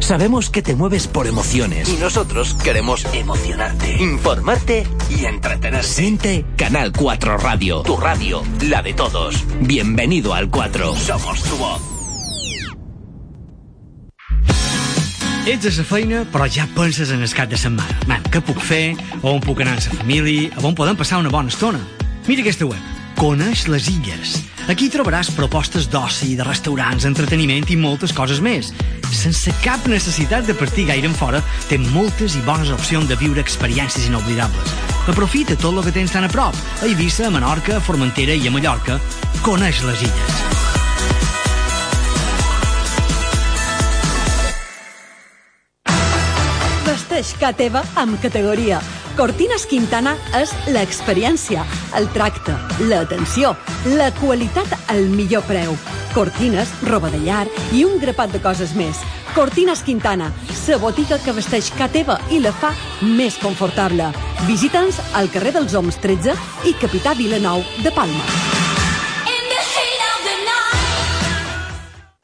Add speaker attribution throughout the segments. Speaker 1: Sabemos que te mueves por emociones
Speaker 2: y nosotros queremos emocionarte, informarte y entretener.
Speaker 1: Sente Canal 4 Radio,
Speaker 2: tu radio, la de todos.
Speaker 1: Bienvenido al 4.
Speaker 2: Somos tu voz.
Speaker 3: Ets a la feina, però ja penses en el cap de setmana. Man, què puc fer? A on puc anar amb la família? A on podem passar una bona estona? Mira aquesta web. Coneix les illes. Aquí trobaràs propostes d'oci, de restaurants, entreteniment i moltes coses més. Sense cap necessitat de partir gaire en fora, té moltes i bones opcions de viure experiències inoblidables. Aprofita tot el que tens tan a prop, a Eivissa, a Menorca, a Formentera i a Mallorca. Coneix les illes.
Speaker 4: Vesteix que teva amb categoria. Cortines Quintana és l'experiència, el tracte, l'atenció, la qualitat al millor preu. Cortines, roba de llar i un grapat de coses més. Cortines Quintana, la botiga que vesteix que teva i la fa més confortable. Visita'ns al carrer dels Homs 13 i Capità Vilanou de Palma.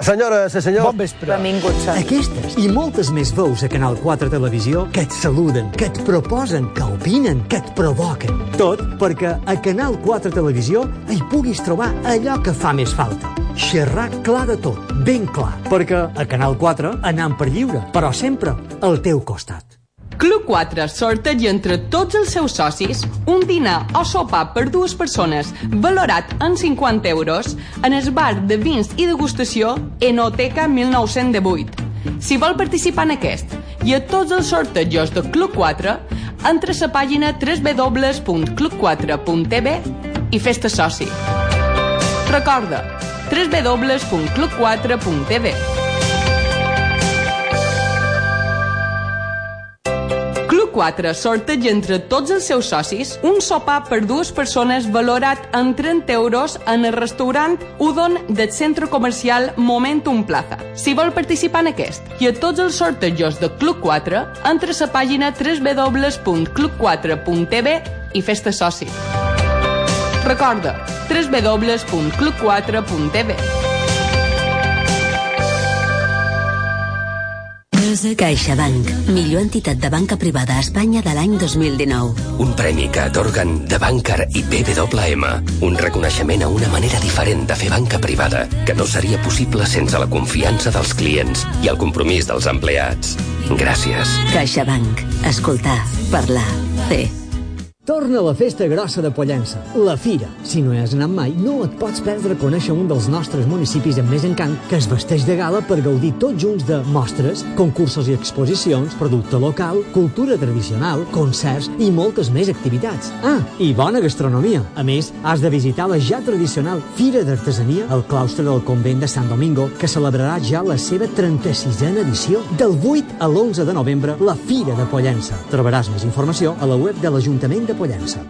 Speaker 5: Senyores i senyors...
Speaker 6: Bon vespre. Benvinguts.
Speaker 7: Aquestes i moltes més veus a Canal 4 Televisió que et saluden, que et proposen, que opinen, que et provoquen. Tot perquè a Canal 4 Televisió hi puguis trobar allò que fa més falta. Xerrar clar de tot, ben clar, perquè a Canal 4 anam per lliure, però sempre al teu costat.
Speaker 8: Club 4 sorteja entre tots els seus socis un dinar o sopar per dues persones valorat en 50 euros en el bar de vins i degustació Enoteca 1918. Si vol participar en aquest i a tots els sortejos de Club 4, entra a la pàgina www.club4.tv i fes-te soci. Recorda, www.club4.tv Club 4 sorteja entre tots els seus socis un sopar per dues persones valorat en 30 euros en el restaurant Udon del centre comercial Momentum Plaza. Si vol participar en aquest i a tots els sortejos de Club 4, entra a la pàgina www.club4.tv i fes-te soci. Recorda, www.club4.tv
Speaker 9: CaixaBank, millor entitat de banca privada a Espanya de l'any 2019.
Speaker 2: Un premi que atorguen de Bancar i BWM. Un reconeixement a una manera diferent de fer banca privada que no seria possible sense la confiança dels clients i el compromís dels empleats. Gràcies.
Speaker 9: CaixaBank. Escoltar. Parlar. Fer.
Speaker 7: Torna la festa grossa de Pollença, la Fira. Si no hi has anat mai, no et pots perdre conèixer un dels nostres municipis amb més encant que es vesteix de gala per gaudir tots junts de mostres, concursos i exposicions, producte local, cultura tradicional, concerts i moltes més activitats. Ah, i bona gastronomia. A més, has de visitar la ja tradicional Fira d'Artesania al claustre del convent de Sant Domingo, que celebrarà ja la seva 36a edició. Del 8 a l'11 de novembre, la Fira de Pollença. Trobaràs més informació a la web de l'Ajuntament de Pollença.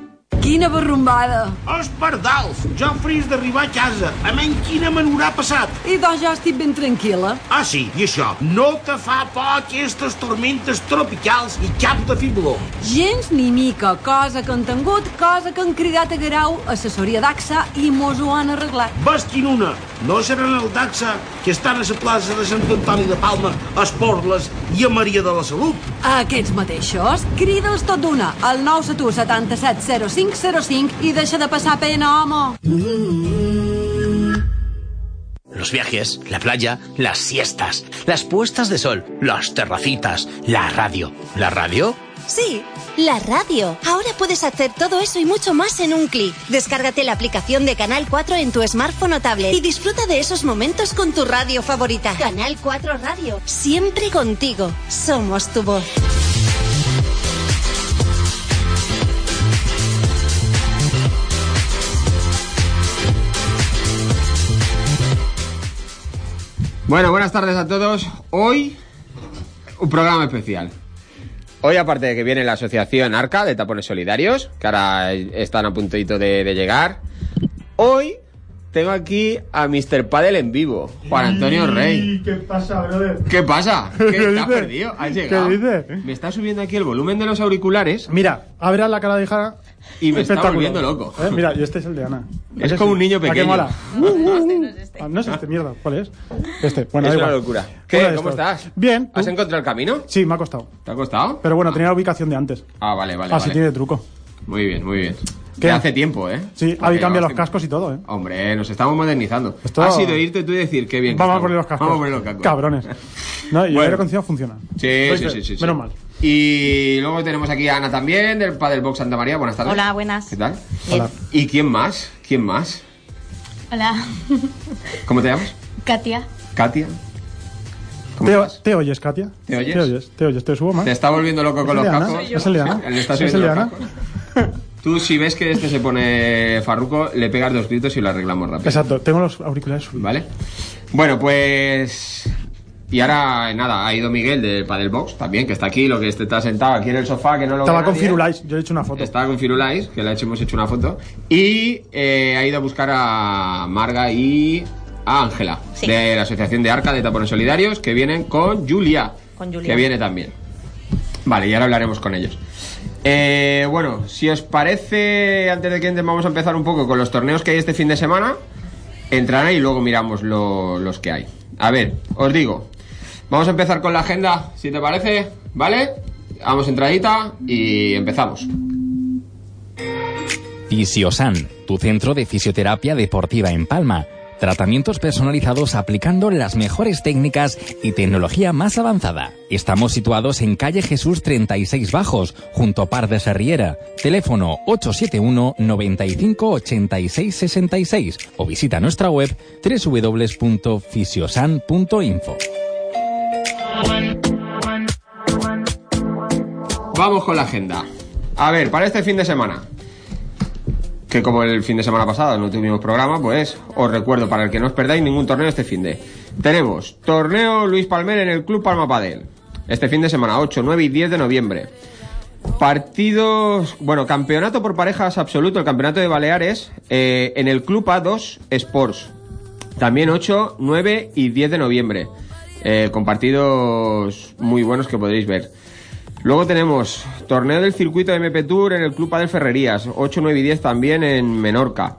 Speaker 10: Quina barrumbada!
Speaker 11: Els pardals! Jo fris d'arribar a casa, a menys quina m'haurà passat.
Speaker 10: I doncs jo estic ben tranquil·la.
Speaker 11: Ah, sí, i això? No te fa por aquestes tormentes tropicals i cap de fibló.
Speaker 10: Gens ni mica, cosa que han tingut, cosa que han cridat a Garau, assessoria d'AXA i mos ho han arreglat.
Speaker 11: Ves quin una! No seran el d'AXA, que estan a la plaça de Sant Antoni de Palma, a Esporles i a Maria de la Salut.
Speaker 10: Aquests mateixos? Crida'ls tot d'una, al 971 77 05 505 y deja de pasar pena, homo.
Speaker 2: Los viajes, la playa, las siestas, las puestas de sol, las terracitas, la radio. ¿La radio?
Speaker 12: Sí, la radio. Ahora puedes hacer todo eso y mucho más en un clic. Descárgate la aplicación de Canal 4 en tu smartphone o tablet y disfruta de esos momentos con tu radio favorita. Canal 4 Radio, siempre contigo. Somos tu voz.
Speaker 5: Bueno, buenas tardes a todos. Hoy un programa especial. Hoy, aparte de que viene la asociación ARCA de Tapones Solidarios, que ahora están a puntito de, de llegar, hoy tengo aquí a Mr. Padel en vivo, Juan Antonio Rey.
Speaker 6: ¿Qué pasa, brother?
Speaker 5: ¿Qué pasa? ¿Qué,
Speaker 6: ¿Qué
Speaker 5: estás
Speaker 6: dices?
Speaker 5: perdido? ¿Has
Speaker 6: ¿Qué
Speaker 5: llegado?
Speaker 6: dices?
Speaker 5: Me está subiendo aquí el volumen de los auriculares.
Speaker 6: Mira, a ver a la cara de Jara.
Speaker 5: Y me está
Speaker 6: Espectacular.
Speaker 5: volviendo loco.
Speaker 6: Eh, Mira, y este es el de Ana.
Speaker 5: Es
Speaker 6: Ese
Speaker 5: como
Speaker 6: sí.
Speaker 5: un niño
Speaker 6: ¿A qué
Speaker 5: pequeño.
Speaker 6: mola? Uh, Ah, no es este, mierda. ¿Cuál es? Este. Bueno,
Speaker 5: es
Speaker 6: da
Speaker 5: una
Speaker 6: igual.
Speaker 5: locura.
Speaker 6: Uno
Speaker 5: ¿Qué?
Speaker 6: de
Speaker 5: ¿Cómo
Speaker 6: estos.
Speaker 5: estás?
Speaker 6: Bien. Uh.
Speaker 5: ¿Has encontrado el camino?
Speaker 6: Sí, me ha costado.
Speaker 5: ¿Te ha costado?
Speaker 6: Pero bueno, tenía la ubicación de antes.
Speaker 5: Ah, vale, vale.
Speaker 6: Así
Speaker 5: vale.
Speaker 6: tiene truco.
Speaker 5: Muy bien, muy bien.
Speaker 6: ¿Qué?
Speaker 5: Que hace tiempo, ¿eh?
Speaker 6: Sí,
Speaker 5: Porque
Speaker 6: había cambiado
Speaker 5: llevamos
Speaker 6: los cascos y todo, ¿eh?
Speaker 5: tiempo. Hombre, nos estamos modernizando.
Speaker 6: Esto-
Speaker 5: Ah, Ha sido irte tú y decir qué bien. que
Speaker 6: Vamos a
Speaker 5: estamos.
Speaker 6: poner los cascos.
Speaker 5: Vamos a poner los cascos.
Speaker 6: Cabrones. No, y el
Speaker 5: Bueno.
Speaker 6: aire acondicionado funciona.
Speaker 5: Sí, sí,
Speaker 6: Oye,
Speaker 5: sí, sí, sí.
Speaker 6: Menos mal.
Speaker 5: Y luego tenemos aquí a Ana también, del Padel Box Santa María. Buenas tardes.
Speaker 13: Hola, buenas.
Speaker 5: ¿Qué tal? ¿Y quién más? ¿Quién más?
Speaker 13: Hola,
Speaker 5: ¿Cómo te llamas?
Speaker 13: Katia.
Speaker 5: Katia.
Speaker 6: ¿Te, te oyes, Katia?
Speaker 5: ¿Te oyes?
Speaker 6: ¿Te oyes? ¿Te oyes? ¿Te subo más?
Speaker 5: Te está volviendo loco
Speaker 6: ¿Es
Speaker 5: con
Speaker 6: el
Speaker 5: los
Speaker 6: de Ana?
Speaker 5: cascos.
Speaker 6: ¿Es el de Ana?
Speaker 5: Le está
Speaker 6: ¿Es
Speaker 5: subiendo
Speaker 6: el de
Speaker 5: los
Speaker 6: Ana?
Speaker 5: cascos. Tú, si ves que este se pone farruco, le pegas dos gritos y lo arreglamos rápido.
Speaker 6: Exacto, tengo los auriculares subidos.
Speaker 5: ¿Vale? Bueno, pues. Y ahora, nada, ha ido Miguel del Padel Box también, que está aquí, lo que este está sentado aquí en el sofá, que no lo
Speaker 6: Estaba
Speaker 5: ve
Speaker 6: con
Speaker 5: nadie.
Speaker 6: Firulais, yo le he hecho una foto.
Speaker 5: Estaba con Firulais, que le hemos hecho una foto. Y eh, ha ido a buscar a Marga y a Ángela,
Speaker 14: Sí.
Speaker 5: de la Asociación de Arca de Tapones Solidarios, que vienen con Julia,
Speaker 14: Con Julia.
Speaker 5: que viene también. Vale, y ahora hablaremos con ellos. Eh, bueno, si os parece, antes de que entres, vamos a empezar un poco con los torneos que hay este fin de semana. Entrarán y luego miramos lo- los que hay. A ver, os digo, vamos a empezar con la agenda, si te parece, ¿vale? Vamos entradita y empezamos.
Speaker 15: Fisiosan, tu centro de fisioterapia deportiva en Palma. Tratamientos personalizados aplicando las mejores técnicas y tecnología más avanzada. Estamos situados en calle Jesús 36 Bajos, junto a Par de Serriera. Teléfono 871 95 86 66 o visita nuestra web www.fisiosan.info.
Speaker 5: Vamos con la agenda. A ver, para este fin de semana, que como el fin de semana pasado no tuvimos programa, pues os recuerdo para el que no os perdáis ningún torneo este fin de. Tenemos torneo Luis Palmer en el Club Palma Padel. Este fin de semana, 8, 9 y 10 de noviembre. Partidos, bueno, campeonato por parejas absoluto, el campeonato de Baleares, eh, en el Club A2 Sports. También 8, 9 y 10 de noviembre. Eh, con partidos muy buenos que podréis ver. Luego tenemos torneo del circuito MP Tour en el Club Padel Ferrerías, 8, 9 y 10 también en Menorca.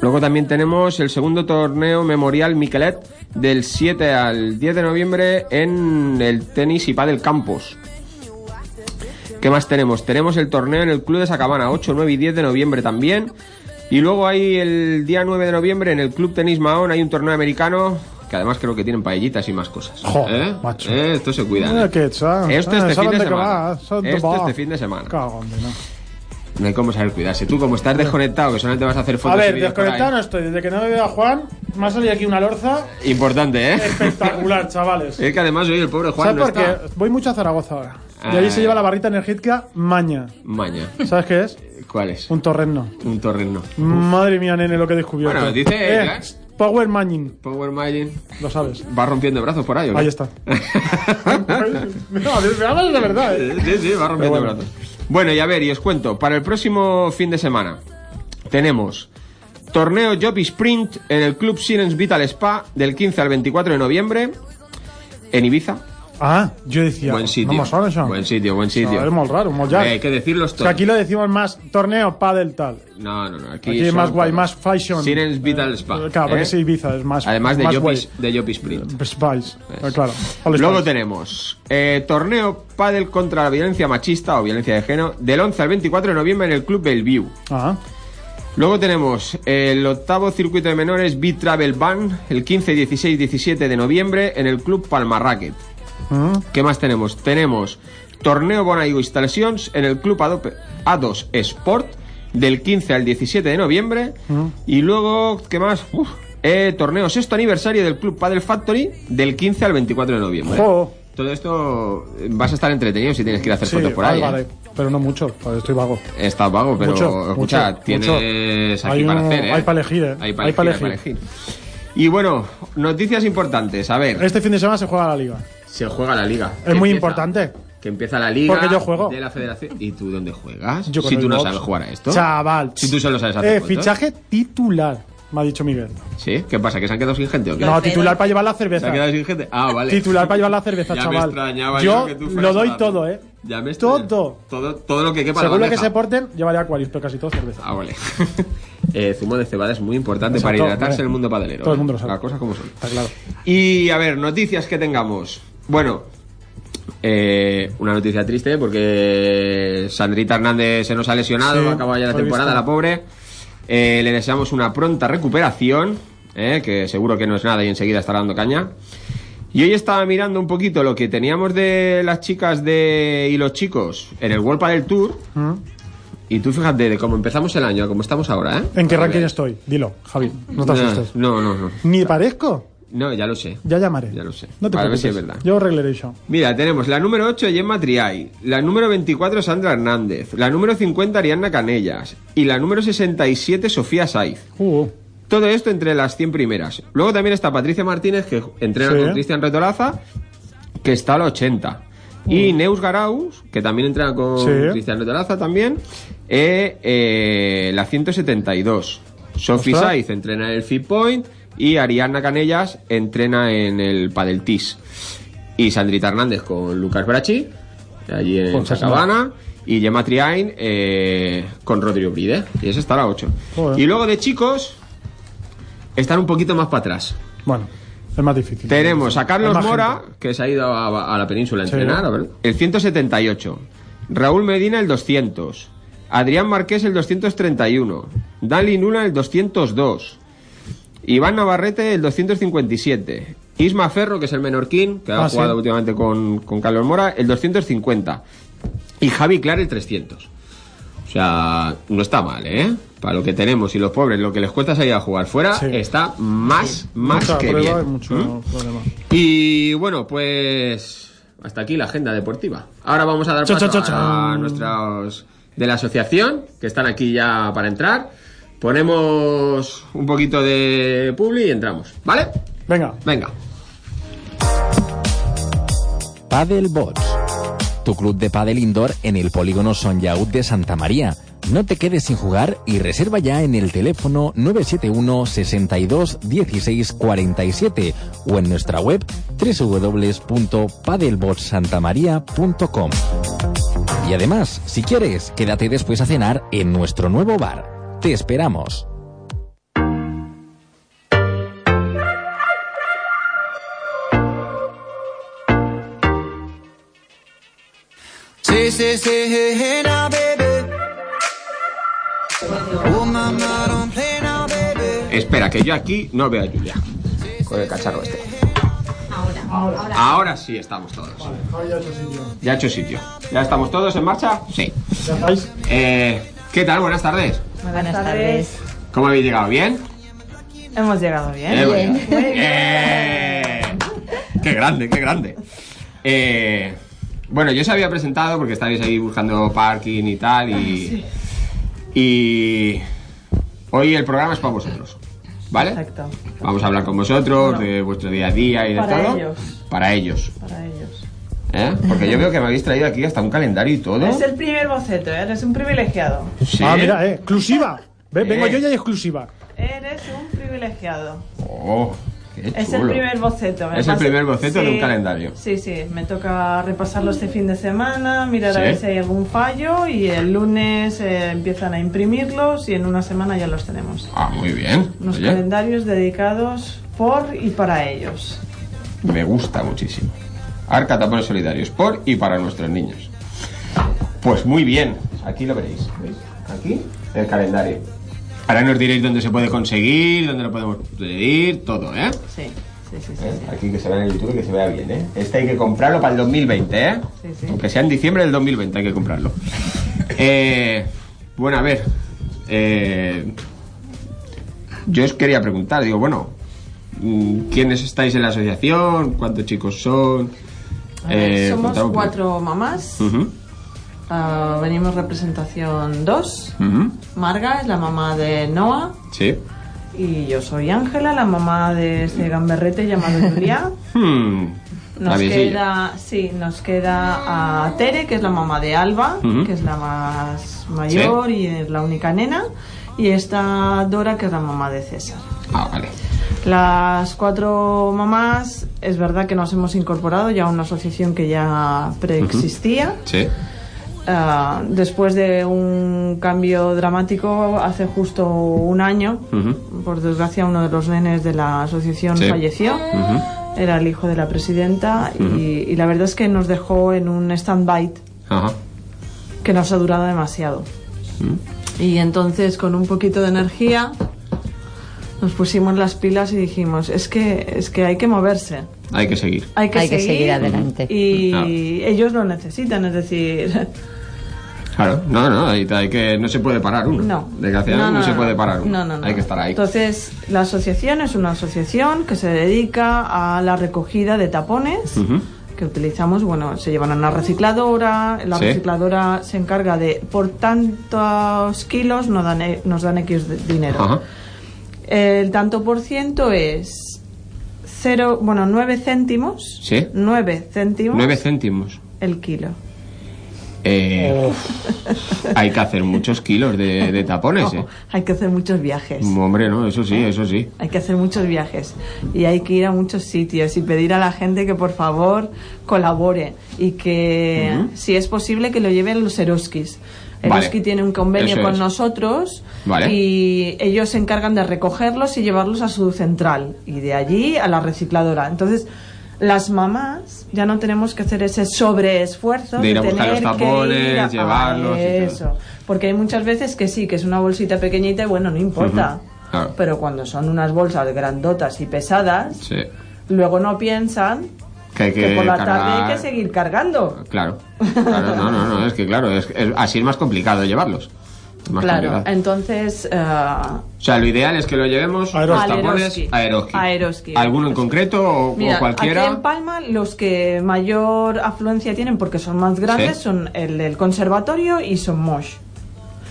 Speaker 5: Luego también tenemos el segundo torneo memorial Miquelet del 7 al 10 de noviembre en el tenis y Padel Campos. ¿Qué más tenemos? Tenemos el torneo en el Club de Sacabana, 8, 9 y 10 de noviembre también. Y luego hay el día 9 de noviembre en el Club Tenis Mahón, hay un torneo americano que además creo que tienen paellitas y más cosas.
Speaker 6: Joder,
Speaker 5: ¿Eh?
Speaker 6: macho.
Speaker 5: ¿Eh? Esto se cuida.
Speaker 6: Mira qué chao.
Speaker 5: Esto
Speaker 6: Eh,
Speaker 5: este
Speaker 6: ¿saben
Speaker 5: fin de
Speaker 6: de qué
Speaker 5: semana.
Speaker 6: va? Son de
Speaker 5: Esto
Speaker 6: va.
Speaker 5: este fin de semana.
Speaker 6: Cagón de no.
Speaker 5: No hay cómo saber cuidarse. Tú, como estás desconectado, que solamente vas a hacer fotos.
Speaker 16: A
Speaker 5: y
Speaker 16: ver,
Speaker 5: vídeos por ahí.
Speaker 16: desconectado no estoy. Desde que no veo a Juan, me ha salido aquí una lorza
Speaker 5: Importante, ¿eh?
Speaker 16: espectacular, chavales.
Speaker 5: Es que además hoy el pobre Eh, Juan
Speaker 16: ¿Sabes
Speaker 5: no
Speaker 16: por qué?
Speaker 5: está. Ah.
Speaker 16: Voy mucho a Zaragoza ahora. Y allí se
Speaker 5: Ay.
Speaker 16: lleva la barrita energética maña.
Speaker 5: Maña.
Speaker 16: ¿Sabes qué es?
Speaker 5: ¿Cuál es?
Speaker 16: Un torreno.
Speaker 5: Un torreno.
Speaker 16: Madre mía, nene, lo que he descubierto.
Speaker 5: Bueno, dice,
Speaker 16: Eh, Power Mañin.
Speaker 5: Power Mañin.
Speaker 16: Lo sabes.
Speaker 5: Va rompiendo brazos por ahí, ¿o no?
Speaker 16: Ahí está. No, me hablas de verdad, eh.
Speaker 5: Sí, sí, va rompiendo
Speaker 16: Pero bueno.
Speaker 5: brazos. Bueno, y a ver, y os cuento. Para el próximo fin de semana tenemos torneo Job y Sprint en el Club Sirens Vital Spa del 15 al 24 de noviembre en Ibiza.
Speaker 16: Ah, yo decía.
Speaker 5: Buen sitio.
Speaker 16: Vamos ahora, això.
Speaker 5: Buen sitio, buen sitio.
Speaker 16: No, es muy raro, muy ya.
Speaker 5: Eh, Hay que decirlos
Speaker 16: Es que
Speaker 5: todos.
Speaker 16: aquí lo decimos más torneo pádel tal.
Speaker 5: No, no, no. Aquí,
Speaker 16: Aquí es
Speaker 5: son
Speaker 16: más guay,
Speaker 5: todos.
Speaker 16: más fashion.
Speaker 5: Sirens Vital Spa.
Speaker 16: Claro, porque
Speaker 5: ¿eh?
Speaker 16: es Ibiza, es más.
Speaker 5: Además de
Speaker 16: más
Speaker 5: Job
Speaker 16: guay.
Speaker 5: y- de Job y Sprint.
Speaker 16: Spice, eh, claro. All
Speaker 5: Pues Luego
Speaker 16: Spice.
Speaker 5: tenemos eh, torneo Padel contra la violencia machista o violencia de género del 11 al 24 de noviembre en el Club Bellevue.
Speaker 16: Ajá.
Speaker 5: Luego tenemos el octavo circuito de menores B-Travel Ban el 15, 16, 17 de noviembre en el Club Palma Racket.
Speaker 16: Mm.
Speaker 5: ¿Qué más tenemos? Tenemos torneo Bonaigo Instalations en el Club Adope- A2 Sport del 15 al 17 de noviembre.
Speaker 16: Mm.
Speaker 5: Y luego, ¿qué más? Uf, eh, torneo sexto aniversario del Club Padel Factory del 15 al 24 de noviembre.
Speaker 16: Jo.
Speaker 5: Todo esto eh, vas a estar entretenido si tienes que ir a hacer
Speaker 16: Oh. Sí,
Speaker 5: fotos por ahí.
Speaker 16: vale,
Speaker 5: ¿eh?
Speaker 16: vale, Pero no mucho, vale, estoy vago.
Speaker 5: Estás vago, pero
Speaker 16: Mucho,
Speaker 5: escucha,
Speaker 16: mucho,
Speaker 5: tienes
Speaker 16: mucho.
Speaker 5: aquí
Speaker 16: Hay
Speaker 5: para
Speaker 16: un-
Speaker 5: hacer, ¿eh?
Speaker 16: hay para elegir, ¿eh?
Speaker 5: Hay para
Speaker 16: Hay para
Speaker 5: elegir, hay para
Speaker 16: elegir.
Speaker 5: elegir. Y bueno, noticias importantes. A ver,
Speaker 16: Este fin de semana se juega la liga.
Speaker 5: se juega la liga.
Speaker 16: Es muy importante.
Speaker 5: Que empieza la liga.
Speaker 16: Porque yo juego.
Speaker 5: De la federación. ¿Y tú dónde juegas?
Speaker 16: Yo con
Speaker 5: si
Speaker 16: el
Speaker 5: tú no
Speaker 16: box.
Speaker 5: sabes jugar a esto.
Speaker 16: Chaval.
Speaker 5: Si tú solo sabes hacer
Speaker 16: Eh,
Speaker 5: cuentos.
Speaker 16: fichaje titular, me ha dicho Miguel.
Speaker 5: ¿Sí? ¿Qué pasa? ¿Que se han quedado sin gente o qué?
Speaker 16: No, titular para llevar la
Speaker 5: ¿Se han
Speaker 16: cerveza.
Speaker 5: quedado sin gente? Ah, vale.
Speaker 16: Titular para llevar la cerveza,
Speaker 5: Ya me
Speaker 16: chaval.
Speaker 5: extrañaba yo
Speaker 16: yo
Speaker 5: que tú fueras
Speaker 16: lo
Speaker 5: a
Speaker 16: doy
Speaker 5: darle.
Speaker 16: todo, ¿eh?
Speaker 5: Ya me
Speaker 16: Todo.
Speaker 5: Todo, todo lo que quepa en
Speaker 16: Según
Speaker 5: la
Speaker 16: lo que
Speaker 5: bandeja.
Speaker 16: se porten, llevaré Aquarius, pero casi todo cerveza.
Speaker 5: Ah, vale. Eh, zumo de cebada es muy importante
Speaker 16: Exacto,
Speaker 5: para hidratarse
Speaker 16: hombre.
Speaker 5: en el mundo padelero. ¿eh?
Speaker 16: Todo el mundo lo sabe.
Speaker 5: Las cosas como son.
Speaker 16: Está claro.
Speaker 5: Y a ver, noticias que tengamos. Bueno, eh, una noticia triste porque Sandrita Hernández se nos ha lesionado,
Speaker 16: Sí,
Speaker 5: ha acabado ya la
Speaker 16: lo he
Speaker 5: temporada,
Speaker 16: visto.
Speaker 5: la pobre. Eh, le deseamos una pronta recuperación, eh, que seguro que no es nada y enseguida estará dando caña. Y hoy estaba mirando un poquito lo que teníamos de las chicas de, y los chicos en el World Padel Tour.
Speaker 16: Mm.
Speaker 5: Y tú fíjate de cómo empezamos el año, a cómo estamos ahora, ¿eh?
Speaker 16: ¿En qué
Speaker 5: Joder.
Speaker 16: ranking estoy? Dilo, Javi, no te asustes.
Speaker 5: No, no, no.
Speaker 16: Ni parezco.
Speaker 5: No, ya lo sé.
Speaker 16: Ya llamaré.
Speaker 5: Ya lo sé.
Speaker 16: No te
Speaker 5: a ver
Speaker 16: preocupes.
Speaker 5: si es verdad.
Speaker 16: Yo arreglaré eso.
Speaker 5: Mira, tenemos la número 8, Gemma Triay. La número 24, Sandra Hernández. La número 50, Arianna Canellas. Y la número 67, Sofía Saiz.
Speaker 16: Uh,
Speaker 5: Todo esto entre las 100 primeras. Luego también está Patricia Martínez, que entrena
Speaker 16: Sí.
Speaker 5: con Cristian Retolaza, que está a la 80. Y Neus Garaus, que también entrena con
Speaker 16: Mm. Sí.
Speaker 5: Cristian Retolaza también, eh, eh, la 172. Sophie
Speaker 16: Ostras.
Speaker 5: Saiz entrena en el Fit Point y Ariana Canellas entrena en el Padel Tis. Y Sandrita Hernández con Lucas Brachi, allí en
Speaker 16: Pues,
Speaker 5: Chacabana. Y Gemma Triain eh, con Rodrigo Bride. Y esa está a la 8.
Speaker 16: Joder.
Speaker 5: Y luego de chicos, están un poquito más para atrás.
Speaker 16: bueno, es más difícil.
Speaker 5: Tenemos a
Speaker 16: Hay
Speaker 5: Carlos
Speaker 16: más
Speaker 5: Mora,
Speaker 16: gente.
Speaker 5: que se ha ido a, a la península a
Speaker 16: Sí.
Speaker 5: entrenar, a ver, el 178. Raúl Medina, el 200. Adrián Marqués, el 231. Dali Nuna, el 202. Iván Navarrete, el 257. Isma Ferro, que es el menorquín, que ha
Speaker 16: Ah, sí.
Speaker 5: jugado últimamente con, con Carlos Mora, el 250. Y Javi Clar, el 300. O sea, no está mal, ¿eh? Para lo que tenemos y los pobres, lo que les cuesta salir a jugar fuera,
Speaker 16: Sí.
Speaker 5: está más, más
Speaker 16: Mucha
Speaker 5: que
Speaker 16: prueba
Speaker 5: bien.
Speaker 16: y mucho
Speaker 5: ¿Mm?
Speaker 16: problema.
Speaker 5: Y bueno, pues hasta aquí la agenda deportiva. Ahora vamos a dar
Speaker 16: Cha,
Speaker 5: paso
Speaker 16: cha, cha, cha.
Speaker 5: a nuestros de la asociación, que están aquí ya para entrar. Ponemos un poquito de publi y entramos, ¿vale?
Speaker 16: Venga,
Speaker 5: Venga.
Speaker 15: Padel Bots. Tu club de pádel indoor en el polígono Son Yaut de Santa María. No te quedes sin jugar y reserva ya en el teléfono 971 62 16 47 o en nuestra web www.padelbotsantamaria.com. Y además, si quieres, quédate después a cenar en nuestro nuevo bar. Te esperamos.
Speaker 13: Say, say, say, hey, hey now, baby. Oh, mama, don't play now, baby.
Speaker 5: Espera, que yo aquí no veo a Julia. Con el cacharro este.
Speaker 16: Ahora.
Speaker 5: Ahora sí estamos todos. Ya ha hecho sitio. ¿Ya estamos todos en marcha? Sí.
Speaker 16: ¿Ya estáis?
Speaker 5: Eh, ¿Qué tal? Buenas tardes.
Speaker 14: Buenas tardes.
Speaker 5: ¿Cómo habéis llegado? ¿Bien?
Speaker 14: Hemos llegado bien.
Speaker 5: Eh, bueno. Eh, ¡Qué grande, qué grande! Eh, bueno, yo se había presentado porque estabais ahí buscando parking y tal
Speaker 14: Ah,
Speaker 5: y... Y... Hoy el programa es para vosotros, ¿vale?
Speaker 14: Exacto.
Speaker 5: Vamos a hablar con vosotros de vuestro día a día y de
Speaker 14: Para
Speaker 5: todo.
Speaker 14: ellos.
Speaker 5: Para ellos.
Speaker 14: Para ellos.
Speaker 5: ¿eh? Porque yo veo que me habéis traído aquí hasta un calendario y todo.
Speaker 14: Es el primer boceto, ¿eh? eres un privilegiado.
Speaker 5: Sí.
Speaker 16: Ah, mira, eh, exclusiva. Ve, Vengo
Speaker 5: Eh.
Speaker 16: yo y hay exclusiva.
Speaker 14: Eres un privilegiado.
Speaker 5: Oh, qué chulo.
Speaker 14: Es el primer boceto. me
Speaker 5: Es el
Speaker 14: pasa-
Speaker 5: primer boceto de un calendario.
Speaker 14: Sí, sí. Me toca repasarlo este fin de semana, mirar
Speaker 5: Sí.
Speaker 14: a ver si hay algún fallo y el lunes eh, empiezan a imprimirlos y en una semana ya los tenemos.
Speaker 5: Ah, muy bien.
Speaker 14: Unos
Speaker 5: Oye,
Speaker 14: calendarios dedicados por y para ellos.
Speaker 5: me gusta muchísimo. Arca Tapones Solidarios, por y para nuestros niños. Pues muy bien. Aquí lo veréis. ¿Veis? Aquí el calendario. Ahora nos diréis dónde se puede conseguir, dónde lo podemos pedir, todo, ¿eh?
Speaker 14: Sí, sí, sí. sí,
Speaker 5: ¿Eh?
Speaker 14: sí.
Speaker 5: Aquí que se vea en el YouTube, que se vea bien, ¿eh? Este hay que comprarlo para el 2020, ¿eh?
Speaker 14: Sí, sí.
Speaker 5: Aunque sea en diciembre del 2020 hay que comprarlo. Eh, bueno, a ver. eh, yo os quería preguntar, digo, bueno, mm, ¿quiénes estáis en la asociación? ¿Cuántos chicos son?
Speaker 14: A ver,
Speaker 5: Eh,
Speaker 14: somos
Speaker 5: contad un Mm. poco.
Speaker 14: cuatro mamás.
Speaker 5: Ujú,
Speaker 14: Ah, venimos representación 2.
Speaker 5: ujú,
Speaker 14: Marga es la mamá de Noah.
Speaker 5: Sí,
Speaker 14: Y yo soy Ángela, la mamá de este gamberrete llamado Julia.
Speaker 5: Hmm.
Speaker 14: Nos
Speaker 5: la viejilla.
Speaker 14: queda, sí, nos queda a Tere, que es la mamá de Alba,
Speaker 5: Ujú.
Speaker 14: que es la más mayor y es la única nena, y está Dora, que es la mamá de César.
Speaker 5: Ah, vale.
Speaker 14: Las cuatro mamás, es verdad que nos hemos incorporado ya a una asociación que ya preexistía.
Speaker 5: Sí.
Speaker 14: Ah, después de un cambio dramático, hace justo un año, por desgracia, uno de los nenes de la asociación
Speaker 17: Sí.
Speaker 14: falleció. Era el hijo de la presidenta y,
Speaker 17: Ujú.
Speaker 14: y la verdad es que nos dejó en un stand-by
Speaker 5: Ajá.
Speaker 14: que nos ha durado demasiado. Y entonces, con un poquito de energía, nos pusimos las pilas y dijimos, es que, es que hay que moverse.
Speaker 5: Hay que seguir.
Speaker 14: Hay que,
Speaker 18: Hay que
Speaker 14: seguir,
Speaker 18: seguir adelante.
Speaker 14: Y
Speaker 5: Claro.
Speaker 17: Ah.
Speaker 14: ellos lo necesitan, es decir,
Speaker 5: Claro, no, no, hay, hay que, no se puede parar uno.
Speaker 14: No.
Speaker 5: Desgraciadamente no,
Speaker 14: No, no,
Speaker 5: se
Speaker 14: no.
Speaker 5: puede parar uno.
Speaker 14: No, no, no.
Speaker 5: Hay que estar ahí.
Speaker 14: Entonces, la asociación es una asociación que se dedica a la recogida de tapones
Speaker 5: Ujú.
Speaker 14: que utilizamos. Bueno, se llevan a una recicladora, la
Speaker 5: Sí.
Speaker 14: recicladora se encarga de, por tantos kilos nos dan, e- nos dan X de- dinero.
Speaker 5: Ajá.
Speaker 14: El tanto por ciento es cero, bueno, 9 céntimos.
Speaker 5: Sí.
Speaker 14: 9 céntimos
Speaker 5: Nueve céntimos.
Speaker 14: el kilo.
Speaker 5: Eh, hay que hacer muchos kilos de, de tapones, eh.
Speaker 14: Hay que hacer muchos viajes.
Speaker 5: Hombre, no, eso sí, eso sí.
Speaker 14: Hay que hacer muchos viajes y hay que ir a muchos sitios y pedir a la gente que por favor colabore y que
Speaker 5: Ujú.
Speaker 14: si es posible que lo lleven los Eroskis.
Speaker 5: Vale.
Speaker 14: Eroski tiene un convenio
Speaker 5: Eso
Speaker 14: con
Speaker 5: es.
Speaker 14: nosotros
Speaker 5: Vale.
Speaker 14: y ellos se encargan de recogerlos y llevarlos a su central y de allí a la recicladora. Entonces, las mamás ya no tenemos que hacer ese sobreesfuerzo
Speaker 5: De ir a buscar los
Speaker 14: tener que
Speaker 5: tapones,
Speaker 14: ir a- Ah,
Speaker 5: llevarlos y todo.
Speaker 14: Eso. Porque hay muchas veces que sí, que es una bolsita pequeñita y bueno, no importa.
Speaker 5: Claro.
Speaker 14: Pero cuando son unas bolsas grandotas y pesadas,
Speaker 5: Sí.
Speaker 14: luego no piensan
Speaker 5: Que hay que,
Speaker 14: que, por la
Speaker 5: cargar.
Speaker 14: tarde hay que seguir cargando.
Speaker 5: Claro. Claro, no, no, no, es que claro, es, es- así es más complicado llevarlos. Es más
Speaker 14: Claro,
Speaker 5: complicado.
Speaker 14: entonces ah,
Speaker 5: O sea, lo ideal es que lo llevemos a
Speaker 14: Eroski.
Speaker 5: tapones a Eroski.
Speaker 14: A Eroski.
Speaker 5: ¿Alguno en concreto o, o
Speaker 14: mira,
Speaker 5: cualquiera?
Speaker 14: aquí en Palma los que mayor afluencia tienen porque son más grandes
Speaker 5: Sí.
Speaker 14: son el del conservatorio y son Mosh.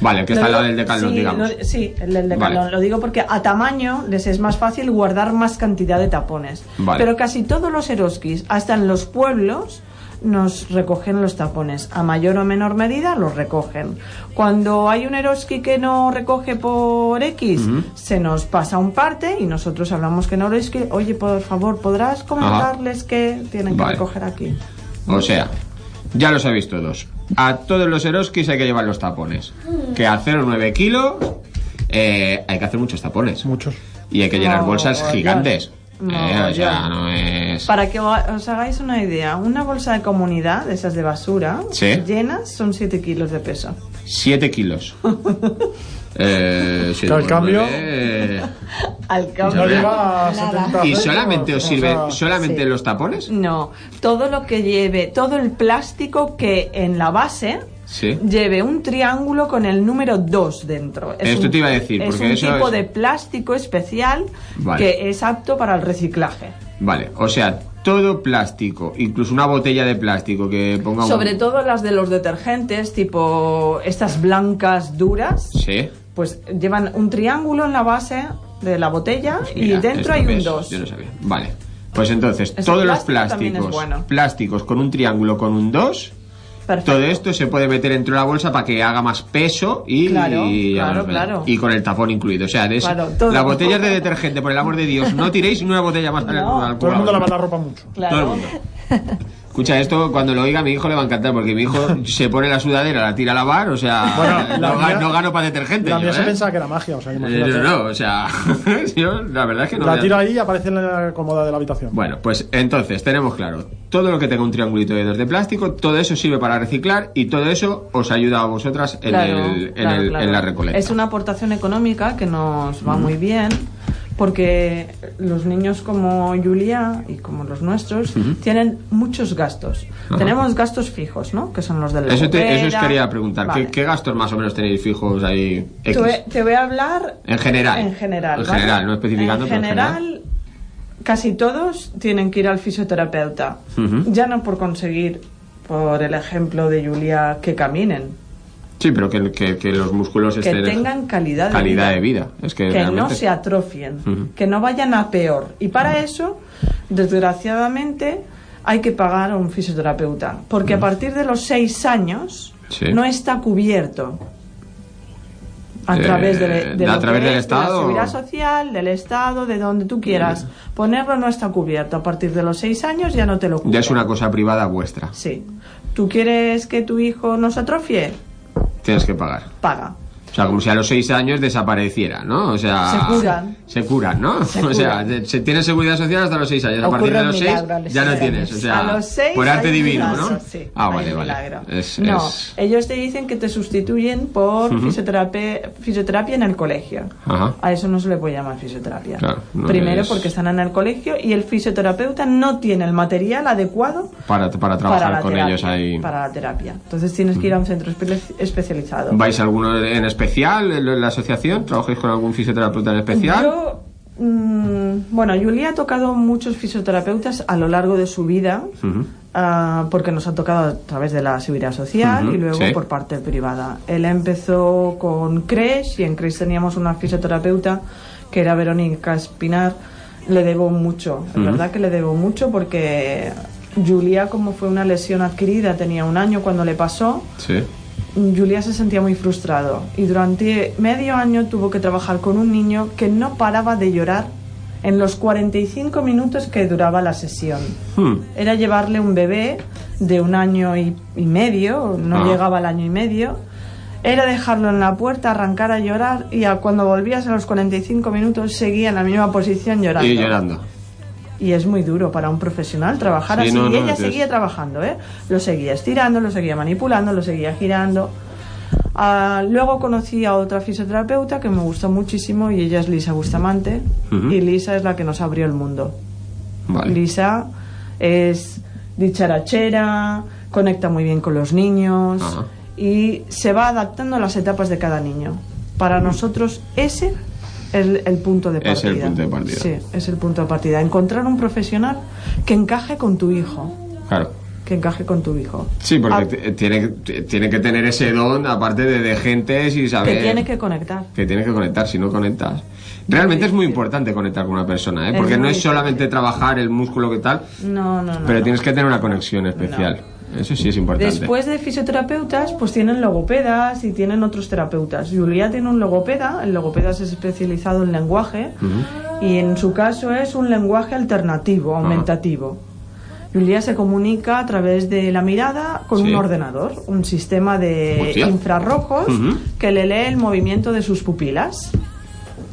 Speaker 5: Vale, el que está al
Speaker 14: Lo
Speaker 5: lado del
Speaker 14: digo-
Speaker 5: decalón,
Speaker 14: sí,
Speaker 5: digamos.
Speaker 14: lo- sí, el del
Speaker 5: Vale.
Speaker 14: decalón. Lo digo porque a tamaño les es más fácil guardar más cantidad de tapones.
Speaker 5: Vale.
Speaker 14: Pero casi todos los eroskis, hasta en los pueblos, nos recogen los tapones. A mayor o menor medida los recogen. Cuando hay un eroski que no recoge por X,
Speaker 5: Ujú.
Speaker 14: se nos pasa un parte y nosotros hablamos que no lo es que, oye, por favor, ¿podrás comentarles que tienen
Speaker 5: Vale.
Speaker 14: que recoger aquí?
Speaker 5: O sea, ya los habéis todos. A todos los Eroskis hay que llevar los tapones. Que a 0,9 kilos eh, hay que hacer muchos tapones. Muchos. Y hay que llenar
Speaker 14: No,
Speaker 5: bolsas
Speaker 14: Dios.
Speaker 5: gigantes.
Speaker 14: No,
Speaker 5: Eh, o sea,
Speaker 14: Dios.
Speaker 5: no es...
Speaker 14: Para que os hagáis una idea, una bolsa de comunidad, de esas de basura,
Speaker 5: Sí.
Speaker 14: llenas, son 7 kilos de peso.
Speaker 5: 7 kilos. eh, siete
Speaker 16: Que al
Speaker 5: por
Speaker 16: cambio-
Speaker 5: nueve, eh,
Speaker 14: Al
Speaker 5: No
Speaker 14: cambio,
Speaker 16: lleva a 70
Speaker 5: ¿Y solamente os
Speaker 16: O
Speaker 5: sirven
Speaker 16: sea,
Speaker 5: solamente los tapones?
Speaker 14: No, todo lo que lleve, todo el plástico que en la base
Speaker 5: Sí.
Speaker 14: lleve un triángulo con el número 2 dentro.
Speaker 5: Esto
Speaker 14: un-
Speaker 5: te iba a decir,
Speaker 14: es
Speaker 5: porque
Speaker 14: un
Speaker 5: eso
Speaker 14: tipo
Speaker 5: es-
Speaker 14: de plástico especial
Speaker 5: Vale.
Speaker 14: que es apto para el reciclaje.
Speaker 5: Vale, o sea, todo plástico, incluso una botella de plástico que ponga un-
Speaker 14: Sobre todo las de los detergentes, tipo estas blancas duras,
Speaker 5: Sí.
Speaker 14: pues llevan un triángulo en la base de la botella
Speaker 5: Pues Mira,
Speaker 14: y dentro
Speaker 5: esto
Speaker 14: hay un
Speaker 5: ves,
Speaker 14: 2.
Speaker 5: Yo no sabía. Vale. Pues entonces,
Speaker 14: Ese
Speaker 5: todos los
Speaker 14: plástico también
Speaker 5: plásticos,
Speaker 14: es bueno.
Speaker 5: plásticos con un triángulo con un 2,
Speaker 14: Perfecto.
Speaker 5: todo esto se puede meter dentro de la bolsa para que haga más peso y,
Speaker 14: Claro,
Speaker 5: y-
Speaker 14: claro,
Speaker 5: y-
Speaker 14: claro.
Speaker 5: y con el tapón incluido. O sea, de
Speaker 14: Claro, todo.
Speaker 5: las botellas de detergente, por el amor de Dios, no tiréis ni una botella más para
Speaker 14: No.
Speaker 5: el
Speaker 16: Todo el mundo lava la ropa mucho.
Speaker 14: Claro.
Speaker 5: Todo el mundo. Escucha, esto cuando lo oiga a mi hijo le va a encantar porque mi hijo se pone la sudadera, la tira a lavar, o sea,
Speaker 16: Bueno, la
Speaker 5: no, ga-
Speaker 16: mía-
Speaker 5: no gano para detergente.
Speaker 16: La
Speaker 5: yo,
Speaker 16: mía se
Speaker 5: ¿eh?
Speaker 16: pensaba que era magia, o sea,
Speaker 5: Eh,
Speaker 16: imagínate.
Speaker 5: yo no, o sea, yo la verdad es que no
Speaker 16: la
Speaker 5: me-
Speaker 16: tiro ahí y aparece en la cómoda de la habitación.
Speaker 5: Bueno, pues entonces tenemos claro, todo lo que tenga un triangulito de dos de plástico, todo eso sirve para reciclar y todo eso os ayuda a vosotras en,
Speaker 14: Claro,
Speaker 5: el- en
Speaker 14: claro,
Speaker 5: el-
Speaker 14: claro.
Speaker 5: en la recolecta.
Speaker 14: Es una aportación económica que nos va muy bien porque los niños como Julia y como los nuestros
Speaker 5: Ujú.
Speaker 14: tienen muchos gastos.
Speaker 5: Ajá.
Speaker 14: Tenemos gastos fijos, ¿no? Que son los de la
Speaker 5: Eso, te- eso os
Speaker 14: ropera.
Speaker 5: quería preguntar, ¿qué-
Speaker 14: Vale. eh,
Speaker 5: ¿qué, gastos más o menos tenéis fijos ahí?
Speaker 14: Te
Speaker 5: X?
Speaker 14: voy, te voy a hablar
Speaker 5: En general.
Speaker 14: En general,
Speaker 5: En
Speaker 14: ¿vale?
Speaker 5: general, no especificando,
Speaker 14: En
Speaker 5: pero en
Speaker 14: general, casi todos tienen que ir al fisioterapeuta.
Speaker 5: Ujú.
Speaker 14: Ya no por conseguir, por el ejemplo de Julia, que caminen,
Speaker 5: Sí, pero que, que- que los músculos
Speaker 14: que
Speaker 5: estén...
Speaker 14: tengan calidad de
Speaker 5: Este calidad
Speaker 14: vida.
Speaker 5: de vida. Es que,
Speaker 14: que no
Speaker 5: realmente-
Speaker 14: se atrofien,
Speaker 5: Ujú.
Speaker 14: que no vayan a peor. Y para eso, desgraciadamente, hay que pagar a un fisioterapeuta, porque a partir de los seis años
Speaker 5: Sí.
Speaker 14: no está cubierto a
Speaker 5: Eh,
Speaker 14: través de, de
Speaker 5: ¿a
Speaker 14: lo
Speaker 5: través
Speaker 14: que
Speaker 5: del
Speaker 14: es de la
Speaker 5: Estado?
Speaker 14: seguridad social, del Estado, de donde tú quieras. Ponerlo no está cubierto. A partir de los seis años ya no te lo cubre.
Speaker 5: Ya es una cosa privada vuestra.
Speaker 14: Sí. ¿Tú quieres que tu hijo no se atrofie?
Speaker 5: Tienes que pagar.
Speaker 14: Paga.
Speaker 5: O sea, como si a los seis años desapareciera, ¿no? O sea...
Speaker 14: Se curan.
Speaker 5: Se curan, ¿no?
Speaker 14: Se
Speaker 5: O sea,
Speaker 14: curan.
Speaker 5: te- se tiene seguridad social hasta los seis años. A
Speaker 14: Ocurre
Speaker 5: partir de
Speaker 14: un
Speaker 5: los seis
Speaker 14: milagro a los
Speaker 5: ya no
Speaker 14: seis años.
Speaker 5: tienes. O sea,
Speaker 14: A los seis
Speaker 5: por arte
Speaker 14: hay un
Speaker 5: divino,
Speaker 14: milagro,
Speaker 5: ¿no?
Speaker 14: sí,
Speaker 5: ah,
Speaker 14: hay
Speaker 5: vale,
Speaker 14: un
Speaker 5: vale.
Speaker 14: milagro.
Speaker 5: Es,
Speaker 14: no,
Speaker 5: es-
Speaker 14: ellos te dicen que te sustituyen por
Speaker 5: Ujú.
Speaker 14: fisioterape- fisioterapia en el colegio.
Speaker 5: Ajá.
Speaker 14: A eso no se le puede llamar fisioterapia.
Speaker 5: Claro, no
Speaker 14: Primero
Speaker 5: es-
Speaker 14: porque están en el colegio y el fisioterapeuta no tiene el material adecuado
Speaker 5: Para, para trabajar
Speaker 14: para la
Speaker 5: con
Speaker 14: terapia,
Speaker 5: ellos ahí.
Speaker 14: Para la terapia. Entonces tienes que ir a un centro espe- especializado.
Speaker 5: ¿Vais a alguno en especial en la asociación? ¿Trabajáis con algún fisioterapeuta en especial?
Speaker 14: Yo, mm, bueno, Julia ha tocado muchos fisioterapeutas a lo largo de su vida.
Speaker 5: Ujú.
Speaker 14: Ah, porque nos ha tocado a través de la seguridad social
Speaker 5: Ujú,
Speaker 14: y luego
Speaker 5: sí.
Speaker 14: por parte privada. Él empezó con Cres y en Cres teníamos una fisioterapeuta que era Verónica Espinar. Le debo mucho, es
Speaker 17: Ujú.
Speaker 14: verdad que le debo mucho porque Julia, como fue una lesión adquirida, tenía un año cuando le pasó,
Speaker 5: Sí.
Speaker 14: Julia se sentía muy frustrado y durante medio año tuvo que trabajar con un niño que no paraba de llorar en los 45 minutos que duraba la sesión.
Speaker 5: Hmm.
Speaker 14: Era llevarle un bebé de un año y, y medio, no
Speaker 17: Ah.
Speaker 14: llegaba al año y medio. Era dejarlo en la puerta, arrancar a llorar y a- cuando volvías a los 45 minutos seguía en la misma posición llorando.
Speaker 5: Y llorando.
Speaker 14: Y es muy duro para un profesional trabajar
Speaker 5: Sí,
Speaker 14: así.
Speaker 5: no,
Speaker 14: y
Speaker 5: no,
Speaker 14: ella
Speaker 5: es-
Speaker 14: seguía trabajando, ¿eh? Lo seguía estirando, lo seguía manipulando, lo seguía girando. Ah, luego conocí a otra fisioterapeuta que me gustó muchísimo y ella es Lisa Bustamante.
Speaker 5: Ujú.
Speaker 14: Y Lisa es la que nos abrió el mundo.
Speaker 5: Vale.
Speaker 14: Lisa es dicharachera, conecta muy bien con los niños
Speaker 5: Ajá.
Speaker 14: y se va adaptando a las etapas de cada niño. Para nosotros ese es el, el punto de partida.
Speaker 5: Es el punto de partida.
Speaker 14: Sí, es el punto de partida. Encontrar un profesional que encaje con tu hijo.
Speaker 5: Claro.
Speaker 14: Que encaje con tu hijo.
Speaker 5: Sí, porque
Speaker 14: Ah.
Speaker 5: t- eh, tiene, t- tiene que tener ese don, aparte de, de gentes y saber.
Speaker 14: Que tiene que conectar.
Speaker 5: que tienes que conectar, si no conectas. Realmente es muy importante conectar con una persona, ¿eh?
Speaker 14: Es
Speaker 5: porque no
Speaker 14: muy
Speaker 5: es solamente trabajar el músculo que tal,
Speaker 14: No, no, no.
Speaker 5: pero
Speaker 14: no.
Speaker 5: tienes que tener una conexión especial. Eso sí es importante.
Speaker 14: Después de fisioterapeutas, pues tienen logopedas y tienen otros terapeutas. Julia tiene un logopeda, el logopeda es especializado en lenguaje, y en su caso es un lenguaje alternativo, aumentativo. Julia se comunica a través de la mirada con
Speaker 17: Sí.
Speaker 14: un ordenador, un sistema de
Speaker 17: Hostia.
Speaker 14: infrarrojos
Speaker 17: Ujú.
Speaker 14: que le lee el movimiento de sus pupilas.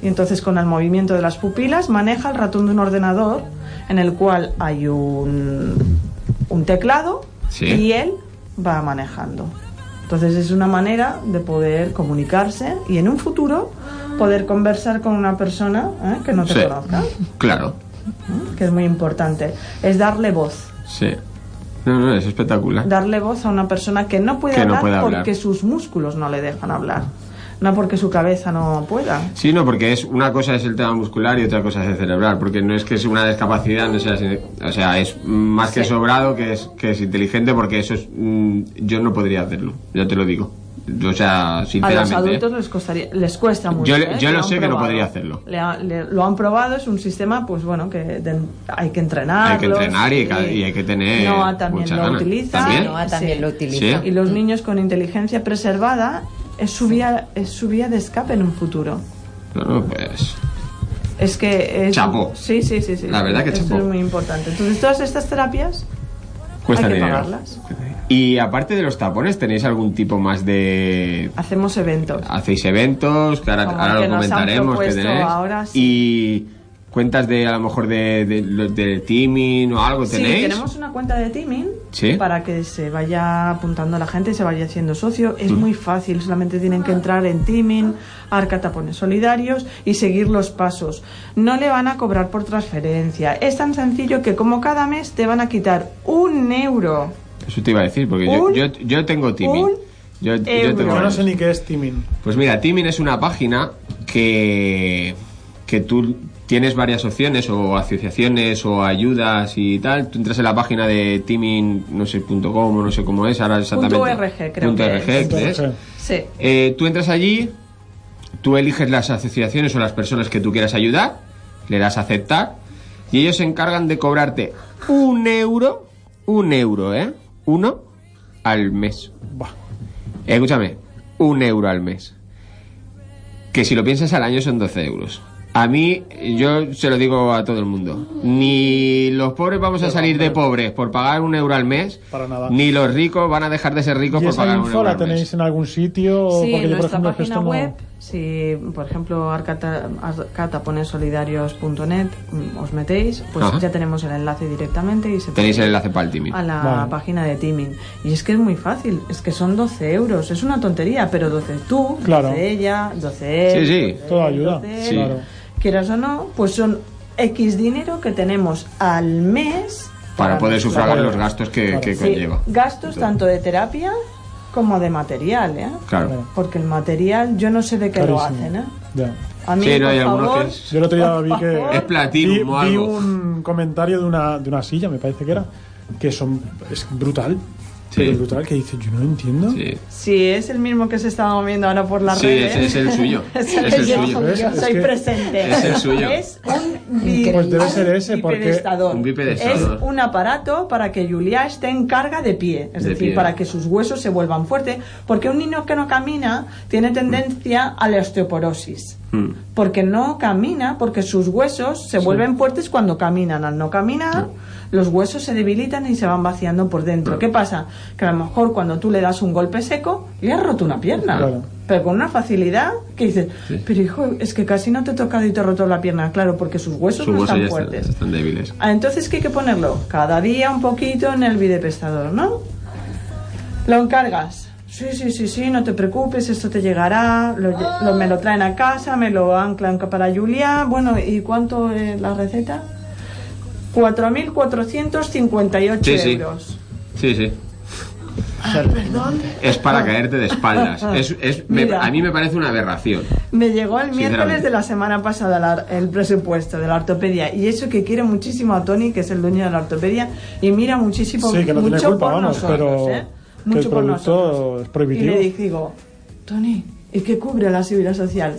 Speaker 14: Y entonces con el movimiento de las pupilas maneja el ratón de un ordenador en el cual hay un, un teclado
Speaker 17: Sí.
Speaker 14: y él va manejando. Entonces es una manera de poder comunicarse y en un futuro poder conversar con una persona ¿eh? que no te
Speaker 5: Sí.
Speaker 14: conozca,
Speaker 5: Claro,
Speaker 14: que es muy importante. Es darle voz.
Speaker 5: sí. No, no, es espectacular.
Speaker 14: Darle voz a una persona que no puede,
Speaker 5: Que no
Speaker 14: hablar,
Speaker 5: puede hablar.
Speaker 14: porque sus músculos no le dejan hablar. No porque su cabeza no pueda.
Speaker 5: Sí, no, porque es una cosa es el tema muscular y otra cosa es el cerebral, porque no es que es una discapacidad, no sea, así- o sea, es más que
Speaker 14: Sí.
Speaker 5: sobrado que es, que es inteligente, porque eso es, mm, yo no podría hacerlo, ya te lo digo. O sea,
Speaker 14: A los
Speaker 5: sinceramente. ¿eh?
Speaker 14: adultos les, costaría, les cuesta mucho.
Speaker 5: Yo,
Speaker 14: ¿eh?
Speaker 5: yo lo
Speaker 14: han
Speaker 5: sé que no
Speaker 14: probado.
Speaker 5: podría hacerlo.
Speaker 14: Le ha- le- lo han probado, es un sistema, pues bueno, que de- hay que entrenar.
Speaker 5: Hay que entrenar y, ca- y hay que tener
Speaker 14: Noah también
Speaker 5: mucha
Speaker 14: lo
Speaker 5: gana.
Speaker 14: utiliza.
Speaker 5: ¿También?
Speaker 14: Sí.
Speaker 5: ¿Sí?
Speaker 14: Y los niños con inteligencia preservada es su, vía, es su vía de escape en un futuro.
Speaker 5: No, no, pues,
Speaker 14: Es que es.
Speaker 5: Chapó.
Speaker 14: Sí, sí, sí. sí
Speaker 5: La verdad que
Speaker 14: Esto
Speaker 5: chapó.
Speaker 14: es muy importante. Entonces, todas estas terapias
Speaker 5: cuesta
Speaker 14: hay que
Speaker 5: dinero.
Speaker 14: pagarlas.
Speaker 5: Y aparte de los tapones, ¿tenéis algún tipo más de...
Speaker 14: Hacemos eventos.
Speaker 5: Hacéis eventos, que ahora,
Speaker 14: Como
Speaker 5: ahora
Speaker 14: que
Speaker 5: lo
Speaker 14: nos han
Speaker 5: comentaremos, que
Speaker 14: propuesto
Speaker 5: tenéis.
Speaker 14: ahora,
Speaker 5: Y cuentas de, a lo mejor, de, de, lo- de teaming o algo
Speaker 14: Sí,
Speaker 5: tenéis.
Speaker 14: tenemos una cuenta de Teaming
Speaker 5: Sí.
Speaker 14: para que se vaya apuntando la gente y se vaya haciendo socio. Es
Speaker 5: Mm.
Speaker 14: muy fácil, solamente tienen que entrar en Teaming, Arca Tapones Solidarios y seguir los pasos. No le van a cobrar por transferencia. Es tan sencillo que como cada mes te van a quitar un euro.
Speaker 5: Eso te iba a decir, porque yo,
Speaker 14: Un-
Speaker 5: yo, yo tengo teaming.
Speaker 14: un
Speaker 5: yo, yo
Speaker 14: euro.
Speaker 5: tengo
Speaker 14: Yo no sé
Speaker 16: ni qué es teaming.
Speaker 5: Pues mira, Teaming es una página que, que tú tienes varias opciones o asociaciones o ayudas y tal. Tú entras en la página de teaming, no sé, punto .com o no sé cómo es ahora exactamente.
Speaker 14: Punto .org, creo
Speaker 5: Punto
Speaker 14: que
Speaker 5: .org,
Speaker 14: es.
Speaker 5: ¿crees?
Speaker 14: Sí.
Speaker 8: Sí.
Speaker 5: Eh, tú entras allí, tú eliges las asociaciones o las personas que tú quieras ayudar, le das a aceptar, y ellos se encargan de cobrarte un euro, un euro, ¿eh? Uno al mes. Eh, escúchame, un euro al mes. Que si lo piensas al año son 12 euros. A mí, yo se lo digo a todo el mundo, ni los pobres vamos a salir de pobres por pagar un euro al mes,
Speaker 16: Para nada.
Speaker 5: ni los ricos van a dejar de ser ricos
Speaker 16: ¿Y
Speaker 5: por
Speaker 16: esa
Speaker 5: pagar un
Speaker 16: info
Speaker 5: euro
Speaker 16: la
Speaker 5: al mes.
Speaker 16: tenéis en algún sitio?
Speaker 14: Sí,
Speaker 16: Porque yo, por
Speaker 14: en nuestra
Speaker 16: ejemplo, es que
Speaker 14: página
Speaker 16: esto no-
Speaker 14: web, si por ejemplo arcata- arcataponesolidarios.net mm, os metéis, pues
Speaker 5: Ajá.
Speaker 14: ya tenemos el enlace directamente y se
Speaker 5: Tenéis el
Speaker 14: puede ir
Speaker 5: enlace para el Timmy.
Speaker 14: a la
Speaker 5: Vale.
Speaker 14: página de Timing. Y es que es muy fácil, es que son 12 euros, es una tontería, pero 12 tú,
Speaker 16: Claro.
Speaker 14: 12 ella, 12 él,
Speaker 16: Sí, sí. Todo ayuda,
Speaker 14: él,
Speaker 16: sí. Claro.
Speaker 14: Quieras o no, pues son X dinero que tenemos al mes
Speaker 5: Para poder
Speaker 14: nuestra-
Speaker 5: sufragar los gastos que, que
Speaker 14: Sí,
Speaker 5: conlleva.
Speaker 14: gastos tanto de terapia como de material, ¿eh?
Speaker 5: Claro.
Speaker 14: Porque el material yo no sé de qué lo
Speaker 16: Carísimo.
Speaker 14: hacen, ¿eh?
Speaker 16: Ya.
Speaker 14: A mí, Sí, no, por hay algunos favor, que
Speaker 5: es-
Speaker 16: Yo el otro día vi que...
Speaker 5: Es platinum
Speaker 16: vi,
Speaker 5: o
Speaker 16: vi
Speaker 5: algo.
Speaker 16: un comentario de una, de una silla, me parece que era, que son, es brutal.
Speaker 5: Sí.
Speaker 16: Es brutal, que dice, yo no lo entiendo.
Speaker 5: Sí.
Speaker 14: Sí, es el mismo que se estaba moviendo ahora por la
Speaker 16: Sí,
Speaker 14: red.
Speaker 16: ese es el suyo.
Speaker 14: es
Speaker 16: Es
Speaker 14: el,
Speaker 16: el
Speaker 14: yo.
Speaker 16: suyo. Es- es
Speaker 14: Soy
Speaker 16: que-
Speaker 14: presente.
Speaker 16: es el suyo.
Speaker 14: Es un bi-
Speaker 16: Pues debe ser ese, porque-
Speaker 14: bipedestador.
Speaker 16: Un bipedestador.
Speaker 14: Es un aparato para que Julia esté en carga de pie. Es
Speaker 16: De
Speaker 14: decir,
Speaker 16: pie.
Speaker 14: para que sus huesos se vuelvan fuertes. Porque un niño que no camina tiene tendencia a la osteoporosis.
Speaker 16: Hmm.
Speaker 14: Porque no camina, porque sus huesos se
Speaker 17: Sí.
Speaker 14: vuelven fuertes cuando caminan. Al no caminar,
Speaker 16: Ah.
Speaker 14: los huesos se debilitan y se van vaciando por dentro. ¿Qué pasa? Que a lo mejor cuando tú le das un golpe seco, le has roto una pierna.
Speaker 17: Claro.
Speaker 14: Pero con una facilidad que dices, pero hijo, es que casi no te he tocado y te he roto la pierna. Claro, porque sus huesos
Speaker 5: Sus
Speaker 14: no
Speaker 5: huesos
Speaker 14: están
Speaker 5: ya están,
Speaker 14: fuertes.
Speaker 5: están débiles.
Speaker 14: Ah, Entonces, ¿qué hay que ponerlo? Cada día un poquito en el bidepestador, ¿no? Lo encargas. Sí, sí, sí, sí, no te preocupes, esto te llegará, lo lle- lo- me lo traen a casa, me lo anclan para Julia. Bueno, ¿y cuánto es la receta? 4.458
Speaker 5: Sí, sí.
Speaker 14: euros.
Speaker 5: Sí, sí.
Speaker 14: Perdón.
Speaker 5: Es para caerte de espaldas. Es, es- me-
Speaker 14: Mira.
Speaker 5: a mí me parece una aberración.
Speaker 14: Me llegó el miércoles
Speaker 5: Sinceramente.
Speaker 14: de la semana pasada la- el presupuesto de la ortopedia y eso que quiere muchísimo a Tony, que es el dueño de la ortopedia, y mira muchísimo
Speaker 16: Sí, que no
Speaker 14: mucho
Speaker 16: tiene culpa,
Speaker 14: por
Speaker 16: vamos,
Speaker 14: nosotros,
Speaker 16: pero
Speaker 14: ¿eh?
Speaker 16: que el
Speaker 14: Mucho por
Speaker 16: producto es
Speaker 14: Y
Speaker 16: prohibitivo.
Speaker 14: le dije, digo, Tony, ¿y qué cubre la seguridad social?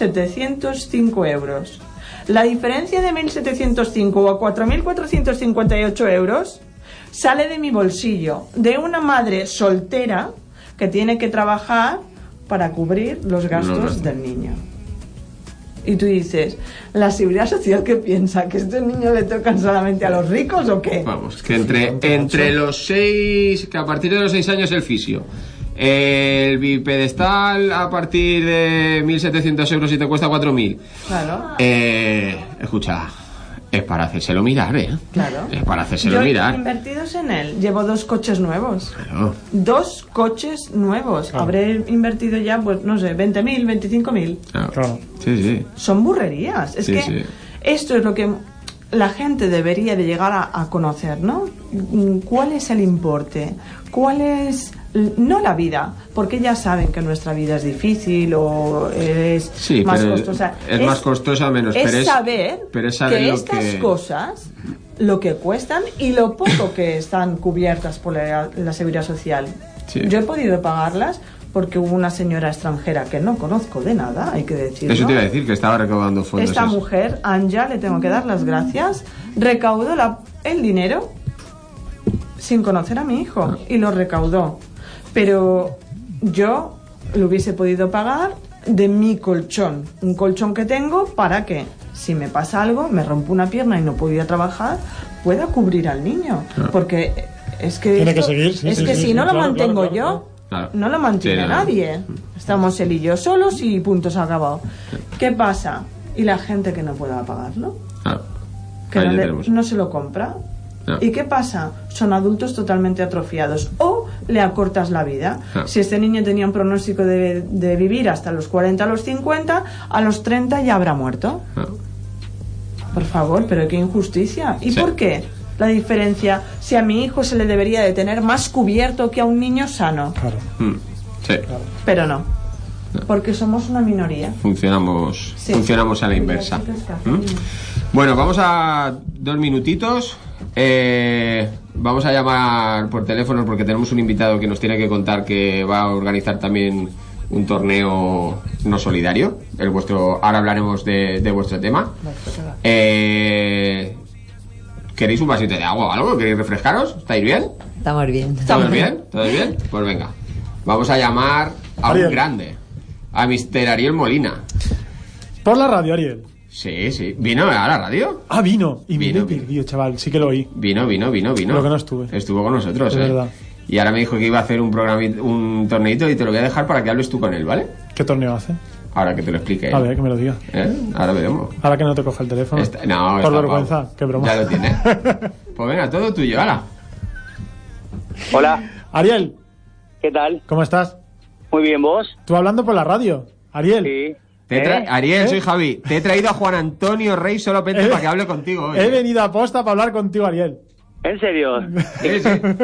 Speaker 14: 1.705 euros. La diferencia de 1.705 a 4.458 euros sale de mi bolsillo, de una madre soltera que tiene que trabajar para cubrir los gastos
Speaker 17: gastos.
Speaker 14: del niño. Y tú dices, ¿la seguridad social qué piensa? ¿Que estos niños le tocan solamente a los ricos o qué?
Speaker 5: Vamos, que entre, entre los seis, que a partir de los seis años el fisio. El bipedestal a partir de 1.700 euros y te cuesta 4.000.
Speaker 14: Claro,
Speaker 5: Eh, escucha, es para hacérselo mirar, ¿eh?
Speaker 14: claro.
Speaker 5: Es para hacérselo
Speaker 14: Yo
Speaker 5: mirar.
Speaker 14: invertidos en él, llevo dos coches nuevos.
Speaker 5: Claro.
Speaker 14: Dos coches nuevos. Habré invertido ya, pues no sé, 20.000, 25.000.
Speaker 5: Claro. Sí, sí.
Speaker 14: Son burrerías. Es
Speaker 5: Sí,
Speaker 14: que
Speaker 5: sí.
Speaker 14: esto es lo que la gente debería de llegar a, a conocer, ¿no? Mm, ¿Cuál es el importe? ¿Cuál es, l- no la vida? Porque ya saben que nuestra vida es difícil o es
Speaker 5: Sí,
Speaker 14: más
Speaker 5: pero
Speaker 14: costosa.
Speaker 5: es, más costosa menos.
Speaker 14: es
Speaker 5: pero es
Speaker 14: saber
Speaker 5: pero es saber
Speaker 14: que
Speaker 5: lo
Speaker 14: estas
Speaker 5: que-
Speaker 14: cosas, lo que cuestan y lo poco que están cubiertas por la, la seguridad social.
Speaker 5: Sí.
Speaker 14: Yo he podido pagarlas porque hubo una señora extranjera que no conozco de nada, hay que decirlo.
Speaker 5: Eso te iba a decir, que estaba recaudando fondos.
Speaker 14: Esta
Speaker 5: Pues eso.
Speaker 14: mujer, Anja, le tengo que dar las gracias, recaudó la- el dinero sin conocer a mi hijo y lo recaudó. Pero yo lo hubiese podido pagar de mi colchón, un colchón que tengo para que si me pasa algo, me rompo una pierna y no podía trabajar, pueda cubrir al niño. Porque es que,
Speaker 16: Tiene que
Speaker 14: esto-
Speaker 16: seguir, sí,
Speaker 14: es
Speaker 16: sí,
Speaker 14: que
Speaker 16: sí,
Speaker 14: si
Speaker 16: sí,
Speaker 14: no lo
Speaker 16: claro,
Speaker 14: mantengo
Speaker 16: claro, claro,
Speaker 14: yo, no lo mantiene
Speaker 16: Sí, no, no.
Speaker 14: nadie. Estamos él y yo solos y punto se ha acabado. ¿Qué pasa? Y la gente que no pueda pagarlo, que
Speaker 5: Ahí
Speaker 14: no,
Speaker 5: lo
Speaker 14: le-
Speaker 5: tenemos.
Speaker 14: no se lo compra.
Speaker 5: No.
Speaker 14: ¿Y qué pasa? Son adultos totalmente atrofiados o le acortas la vida.
Speaker 5: No.
Speaker 14: Si este niño tenía un pronóstico de, de vivir hasta los 40, a los 50, a los 30 ya habrá muerto. Por favor, pero qué injusticia. ¿Y
Speaker 17: Sí.
Speaker 14: por qué? La diferencia, si a mi hijo se le debería de tener más cubierto que a un niño sano.
Speaker 5: Mm, Sí,
Speaker 14: Pero no. Porque somos una minoría.
Speaker 5: funcionamos,
Speaker 14: Sí.
Speaker 5: funcionamos a la inversa. ¿Mm? Bueno, vamos a dos minutitos. Eh, Vamos a llamar por teléfono porque tenemos un invitado que nos tiene que contar que va a organizar también un torneo no solidario. El vuestro, ahora hablaremos de, de vuestro tema. Eh, ¿Queréis un vasito de agua o algo? ¿Queréis refrescaros? ¿Estáis bien?
Speaker 17: Estamos bien.
Speaker 5: ¿Todos bien? ¿Todos bien? Pues venga. Vamos a llamar a un
Speaker 16: Ariel.
Speaker 5: grande. A Mister Ariel Molina.
Speaker 16: Por la radio, Ariel.
Speaker 5: Sí, sí. ¿Vino a la radio?
Speaker 16: Ah, vino. Y
Speaker 5: Vino,
Speaker 16: vino, y perdido, chaval. Sí que lo oí.
Speaker 5: Vino, vino, vino, vino.
Speaker 16: Lo que no estuve.
Speaker 5: Estuvo con nosotros,
Speaker 16: Es
Speaker 5: eh.
Speaker 16: verdad.
Speaker 5: Y ahora me dijo que iba a hacer un programa, un torneito y te lo voy a dejar para que hables tú con él, ¿vale?
Speaker 16: ¿Qué torneo hace?
Speaker 5: Ahora que te lo explique. él.
Speaker 16: A ver, que me lo diga.
Speaker 5: ¿Eh? Ahora veremos.
Speaker 16: Ahora que no te coja el teléfono.
Speaker 5: Está- no,
Speaker 16: Por
Speaker 5: está
Speaker 16: vergüenza,
Speaker 5: guapo.
Speaker 16: qué broma.
Speaker 5: Ya lo tiene. Pues venga, todo tuyo, ahora.
Speaker 18: Hola,
Speaker 16: Ariel,
Speaker 18: ¿qué tal?
Speaker 16: ¿cómo estás?
Speaker 18: Muy bien, ¿vos?
Speaker 16: Tú hablando por la radio. Ariel.
Speaker 18: Sí.
Speaker 5: Te he tra-
Speaker 16: ¿Eh?
Speaker 5: Ariel,
Speaker 16: ¿Eh?
Speaker 5: soy Javi. Te he traído a Juan Antonio Rey solamente
Speaker 16: Eh.
Speaker 5: para que hable contigo hoy.
Speaker 16: He venido a posta para hablar contigo, Ariel.
Speaker 18: ¿En serio? ¿De,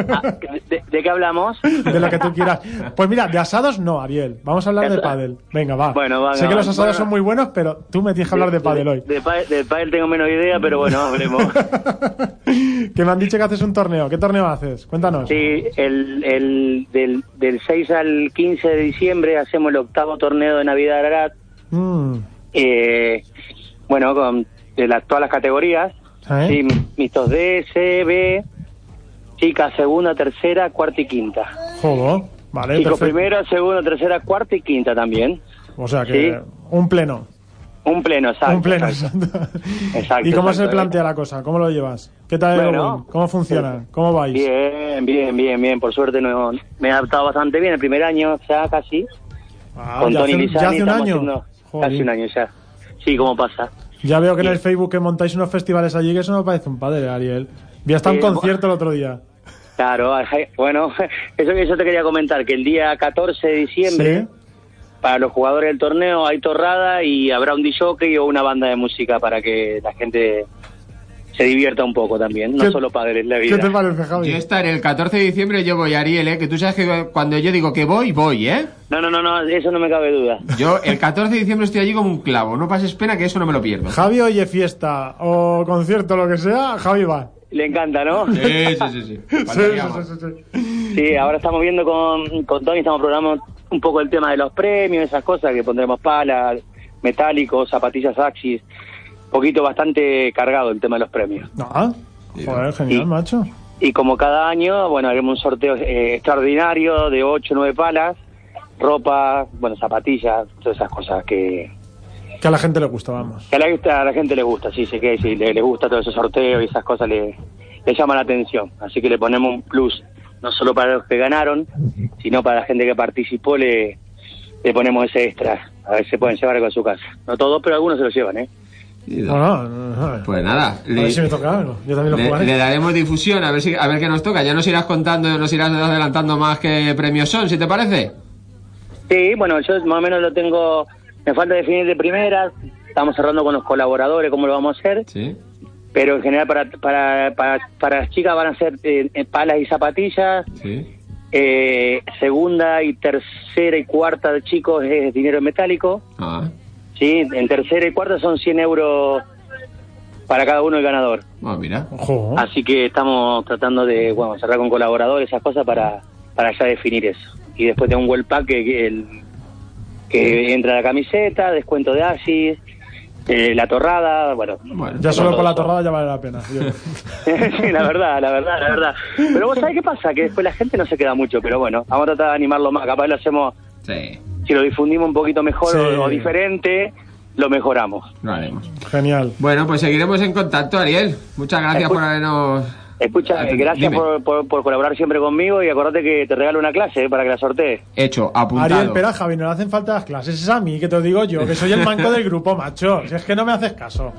Speaker 18: Ah, de- de qué hablamos?
Speaker 16: De lo que tú quieras. Pues mira, de asados no, Ariel. Vamos a hablar de pádel. Venga, va.
Speaker 18: Bueno, va,
Speaker 16: sé que
Speaker 18: va,
Speaker 16: los asados
Speaker 18: bueno.
Speaker 16: son muy buenos, pero tú me tienes que hablar de pádel hoy.
Speaker 18: De, pa- de pádel tengo menos idea, pero bueno, hablemos.
Speaker 16: Que me han dicho que haces un torneo. ¿Qué torneo haces? Cuéntanos.
Speaker 18: Sí, el, el- del, del 6 al 15 de diciembre hacemos el octavo torneo de Navidad de Ararat.
Speaker 16: Mm,
Speaker 18: eh, bueno, con de las, todas las categorías.
Speaker 16: ¿eh?
Speaker 18: Sí, mixtos D, C, B, chicas segunda, tercera, cuarta y quinta.
Speaker 16: Jodo. Vale,
Speaker 18: Chicos
Speaker 16: perfecto.
Speaker 18: primero, segundo, tercera, cuarta y quinta también.
Speaker 16: O sea que un pleno.
Speaker 18: Un pleno, exacto.
Speaker 16: Un pleno.
Speaker 18: exacto, exacto,
Speaker 16: ¿Y cómo se
Speaker 18: exacto.
Speaker 16: plantea la cosa? ¿Cómo lo llevas? ¿Qué tal el
Speaker 18: Bueno.
Speaker 16: Owen? ¿Cómo funciona? ¿Cómo vais?
Speaker 18: Bien, bien, bien, bien. Por suerte no, me he adaptado bastante bien el primer año, ya casi.
Speaker 16: Ah,
Speaker 18: con
Speaker 16: ya
Speaker 18: Tony
Speaker 16: hace- ya
Speaker 18: Lizani
Speaker 16: hace un
Speaker 18: estamos
Speaker 16: año.
Speaker 18: haciendo-
Speaker 16: Joder.
Speaker 18: Casi un año ya. Sí, cómo pasa.
Speaker 16: Ya veo que en el Facebook que montáis unos festivales allí que eso no parece un padre, Ariel. Vi hasta un
Speaker 18: Eh,
Speaker 16: concierto el otro día.
Speaker 18: Claro, ay, bueno, eso, eso te quería comentar, que el día 14 de diciembre,
Speaker 16: Sí.
Speaker 18: para los jugadores del torneo, hay torrada y habrá un disjockey o una banda de música para que la gente se divierta un poco también, no
Speaker 5: ¿Qué-
Speaker 18: solo padres la vida.
Speaker 16: parece, Javi?
Speaker 5: Yo estaré el 14 de diciembre, yo voy, Ariel, ¿eh? Que tú sabes que cuando yo digo que voy, voy, ¿eh?
Speaker 18: No, no, no, no, eso no me cabe duda.
Speaker 5: Yo el 14 de diciembre estoy allí como un clavo. No pases pena que eso no me lo pierdo.
Speaker 16: Javi oye fiesta o concierto, lo que sea, Javi va.
Speaker 18: Le encanta, ¿no?
Speaker 5: Sí, sí, sí. sí. Faltaría más.
Speaker 18: Sí, Eh, ahora estamos viendo con, con Tony, estamos programando un poco el tema de los premios, esas cosas, que pondremos palas, metálicos, zapatillas Axis, un poquito bastante cargado el tema de los premios.
Speaker 16: Ah, joder, genial, macho.
Speaker 18: Y como cada año, bueno, haremos un sorteo eh, extraordinario de 8 o 9 palas, ropa, bueno, zapatillas, todas esas cosas que,
Speaker 16: Que a la gente le gusta, vamos.
Speaker 18: que a, la, a la gente le gusta, sí, sí, que sí, le, le gusta todo ese sorteo y esas cosas le, le llaman la atención. Así que le ponemos un plus, no solo para los que ganaron, sino para la gente que participó, le, le ponemos ese extra. A ver si pueden llevarlo a su casa. No todos, pero algunos se lo llevan, ¿eh?
Speaker 16: No, no, no, no.
Speaker 5: Pues nada,
Speaker 16: a
Speaker 5: le,
Speaker 16: ver si me toca algo. Yo también lo
Speaker 5: le,
Speaker 16: jugaré.
Speaker 5: le daremos difusión, a ver, si, a ver qué nos toca. Ya nos irás contando, nos irás adelantando más que premios son, si te parece.
Speaker 18: Sí, bueno, yo más o menos lo tengo, me falta definir de primeras, estamos cerrando con los colaboradores cómo lo vamos a hacer,
Speaker 5: Sí.
Speaker 18: pero en general para, para, para, para las chicas van a ser eh, eh, palas y zapatillas,
Speaker 5: Sí.
Speaker 18: eh, segunda y tercera y cuarta de chicos es dinero en metálico,
Speaker 5: Ah,
Speaker 18: sí, en tercera y cuarta son 100 euros para cada uno el ganador,
Speaker 5: bueno, Ah, mira.
Speaker 18: así que estamos tratando de, bueno, cerrar con colaboradores, esas cosas para, para ya definir eso, y después de un well pack que- que el que entra la camiseta, descuento de Axis, eh, la torrada, bueno.
Speaker 16: Ya solo con la torrada ya vale la pena. yo creo.
Speaker 18: sí, la verdad, la verdad, la verdad. Pero vos sabés qué pasa, que después la gente no se queda mucho, pero bueno, vamos a tratar de animarlo más, capaz lo hacemos,
Speaker 5: Sí.
Speaker 18: si lo difundimos un poquito mejor
Speaker 5: Sí.
Speaker 18: o, o diferente, lo mejoramos.
Speaker 5: Lo haremos.
Speaker 16: Genial.
Speaker 5: Bueno, pues seguiremos en contacto, Ariel. Muchas gracias
Speaker 18: Escu-
Speaker 5: por habernos.
Speaker 19: Ah,
Speaker 18: Escucha, eh, gracias por, por- por colaborar siempre conmigo y acordate que te regalo una clase eh, para que la sortees.
Speaker 5: Hecho, apuntado.
Speaker 16: Ariel, espera, Javi, no le hacen falta las clases. Es a mí que te lo digo yo, que soy el manco del grupo, macho. Si es que no me haces caso.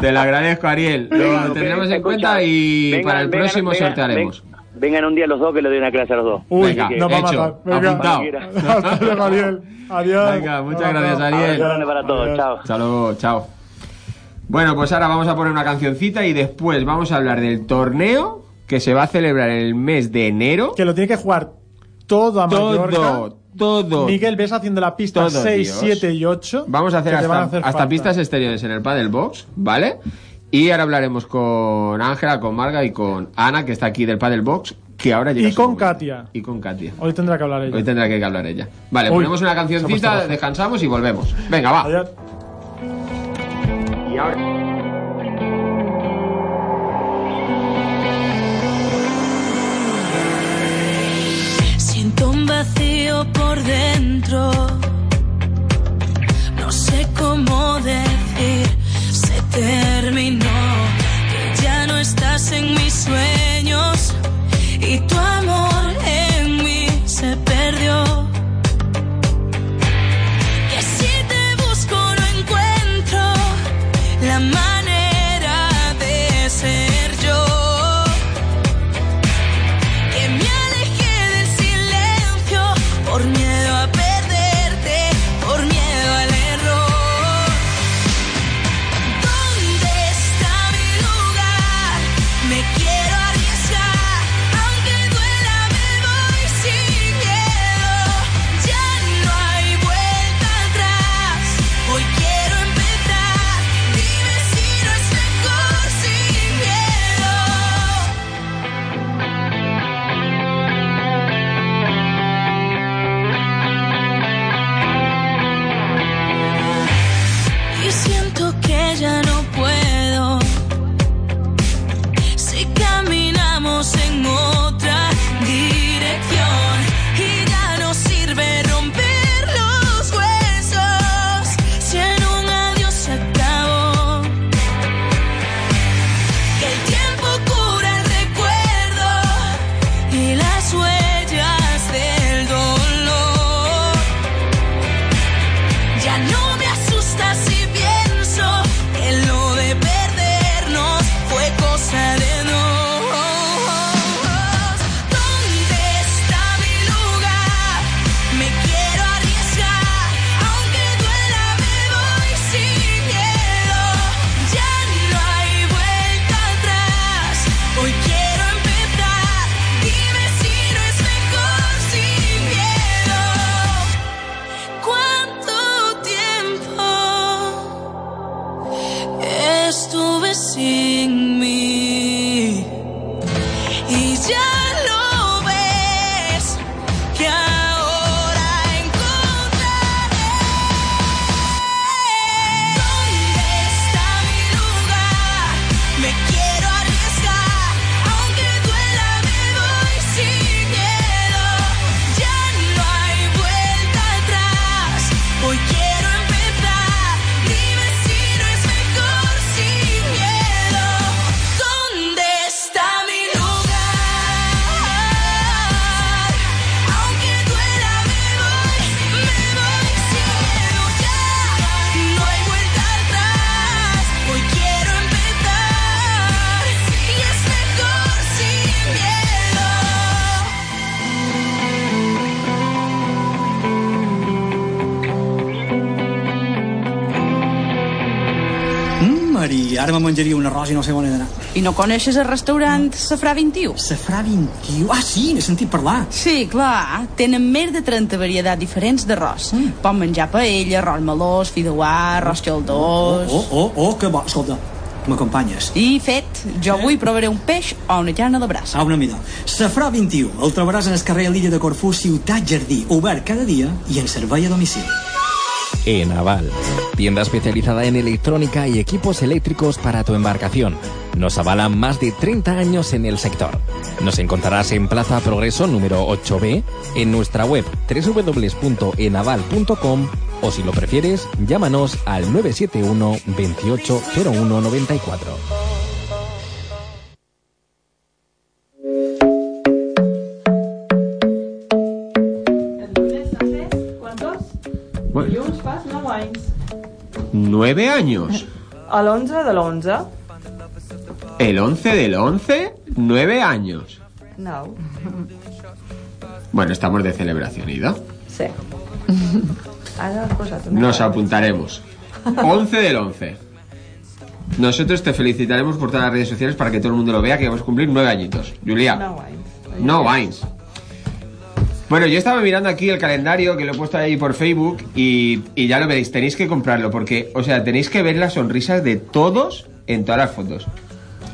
Speaker 5: Te lo agradezco, Ariel. Lo tendremos en cuenta y para el próximo sortearemos.
Speaker 18: Vengan un día los dos que le doy una clase a los dos.
Speaker 5: Uy, no va a matar. Venga.
Speaker 18: Cuando quiera.
Speaker 16: Hasta luego, Ariel. Adiós.
Speaker 5: Venga, muchas gracias, Ariel.
Speaker 18: Abrazo grande para todos, chao.
Speaker 5: Hasta luego, chao. Bueno, pues ahora vamos a poner una cancioncita y después vamos a hablar del torneo que se va a celebrar en el mes de enero.
Speaker 16: Que lo tiene que jugar todo a Mallorca.
Speaker 5: Todo, todo.
Speaker 16: Miguel, ves haciendo la pista
Speaker 5: Todo,
Speaker 16: 6,
Speaker 5: Dios.
Speaker 16: 7 y 8.
Speaker 5: Vamos a hacer
Speaker 16: que te van
Speaker 5: hasta,
Speaker 16: a hacer
Speaker 5: hasta
Speaker 16: falta.
Speaker 5: pistas exteriores en el paddle box, ¿vale? Y ahora hablaremos con Ángela, con Marga y con Ana, que está aquí del Paddle Box, que ahora llega
Speaker 16: Y
Speaker 5: su
Speaker 16: con
Speaker 5: momento.
Speaker 16: Katia.
Speaker 5: Y con Katia.
Speaker 16: Hoy tendrá que hablar ella.
Speaker 5: Hoy tendrá que hablar ella. Vale,
Speaker 16: Uy,
Speaker 5: ponemos una
Speaker 16: se ha puesto
Speaker 5: cancioncita,
Speaker 16: rojo.
Speaker 5: descansamos y volvemos. Venga,
Speaker 16: Ah,
Speaker 5: va. Y ahora...
Speaker 17: Siento un vacío por dentro. No sé cómo decir, se terminó. Que ya no estás en mis sueños y tu amor en mí se perdió. Que si te busco no encuentro la manera de ser yo. Que me alejé del silencio por miedo a perderte, por miedo al error. ¿Dónde está mi lugar? Me quiero arriesgar, aunque duela me voy sin miedo. Ya no hay vuelta atrás, hoy quiero empezar. Dime si no es mejor sin miedo.
Speaker 20: Y siento que ya no puedo.
Speaker 17: Si caminamos en otra dirección y ya no sirve romper los huesos, si en un adiós se acabó. Que el tiempo cura el recuerdo y las huellas del dolor. Ya no me asusta si pienso que lo de perdernos fue cosa de dos. ¿Dónde está mi lugar? Me quiero arriesgar, aunque duela me voy sin miedo. Ya no hay vuelta atrás, hoy quiero empezar. Dime si no es mejor sin miedo. ¿Cuánto tiempo estuve sin mí? Y ya lo ves que ahora encontraré. ¿Dónde está mi lugar? Me quiero arriesgar, aunque duela me voy sin miedo. Ya no hay vuelta atrás, hoy quiero empezar. Dime si no es mejor sin miedo. ¿Dónde está mi lugar? Aunque duela me voy, me voy sin miedo. Ya no hay vuelta atrás, hoy quiero empezar. Y es mejor sin miedo.
Speaker 19: Mm, Maria, ara me menjaria un arròs i no sé on he d'anar.
Speaker 21: I no coneixes el
Speaker 19: Mm.
Speaker 21: restaurant Safrà 21?
Speaker 19: Safrà 21? Ah, sí, n'he sentit parlar.
Speaker 21: Sí, clar. Tenen més de 30 varietats diferents d'arròs. Mm. Pot menjar paella, arròs melós, fideuà, arròs
Speaker 19: Oh,
Speaker 21: xaldós...
Speaker 19: oh, oh, oh que bo. Escolta, m'acompanyes.
Speaker 21: I fet, jo avui provaré un peix o una llana de braç.
Speaker 19: Au, Eh? Ah, una mida. Safrà 21. El trobaràs en el carrer Lilla de Corfú, Ciutat Jardí. Obert cada dia i en servei a domicili.
Speaker 15: Enaval, tienda especializada en electrónica y equipos eléctricos para tu embarcación. Nos avalan más de 30 años en el sector. Nos encontrarás en Plaza Progreso número 8B, en nuestra web www.enaval.com o si lo prefieres, llámanos al 971 28 01 94.
Speaker 14: I uns fas 9 anys.
Speaker 5: ¿Nueve años?
Speaker 14: A l'11 de l'11.
Speaker 5: ¿El 11 del 11? Nueve años.
Speaker 14: No.
Speaker 5: Bueno, estamos de celebración, Ida.
Speaker 14: Sí. Ara has posat una...
Speaker 5: Nos apuntaremos. 11 del 11. Nosotros te felicitaremos por todas las redes sociales para que todo el mundo lo vea, que vamos a cumplir nueve añitos. Julia.
Speaker 14: No wines.
Speaker 5: No Vines. Bueno, yo estaba mirando aquí el calendario que lo he puesto ahí por Facebook y, y ya lo veis, tenéis que comprarlo porque, o sea, tenéis que ver las sonrisas de todos en todas las fotos.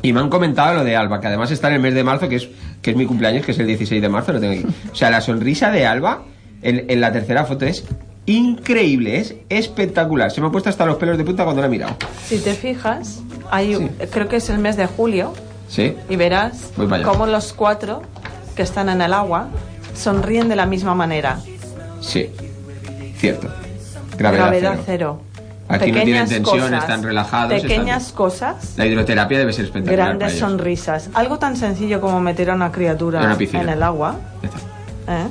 Speaker 5: Y me han comentado lo de Alba, que además está en el mes de marzo, que es, que es mi cumpleaños, que es el 16 de marzo, lo tengo aquí. O sea, la sonrisa de Alba en, en la tercera foto es increíble, es espectacular. Se me han puesto hasta los pelos de punta cuando la he mirado.
Speaker 14: Si te fijas, hay, creo que es el mes de julio,
Speaker 5: Sí,
Speaker 14: y verás
Speaker 5: Voy para allá.
Speaker 14: cómo los cuatro que están en el agua sonríen de la misma manera.
Speaker 5: sí, cierto. Gravedad, cero.
Speaker 14: cero.
Speaker 5: Aquí no tienen
Speaker 14: Pequeñas
Speaker 5: tensión,
Speaker 14: cosas,
Speaker 5: están relajados. están-
Speaker 14: Pequeñas cosas,
Speaker 5: La hidroterapia debe ser espectacular. para
Speaker 14: grandes
Speaker 5: ellos.
Speaker 14: sonrisas. Algo tan sencillo como meter a una criatura
Speaker 5: En una piscina.
Speaker 14: en el agua. ¿eh?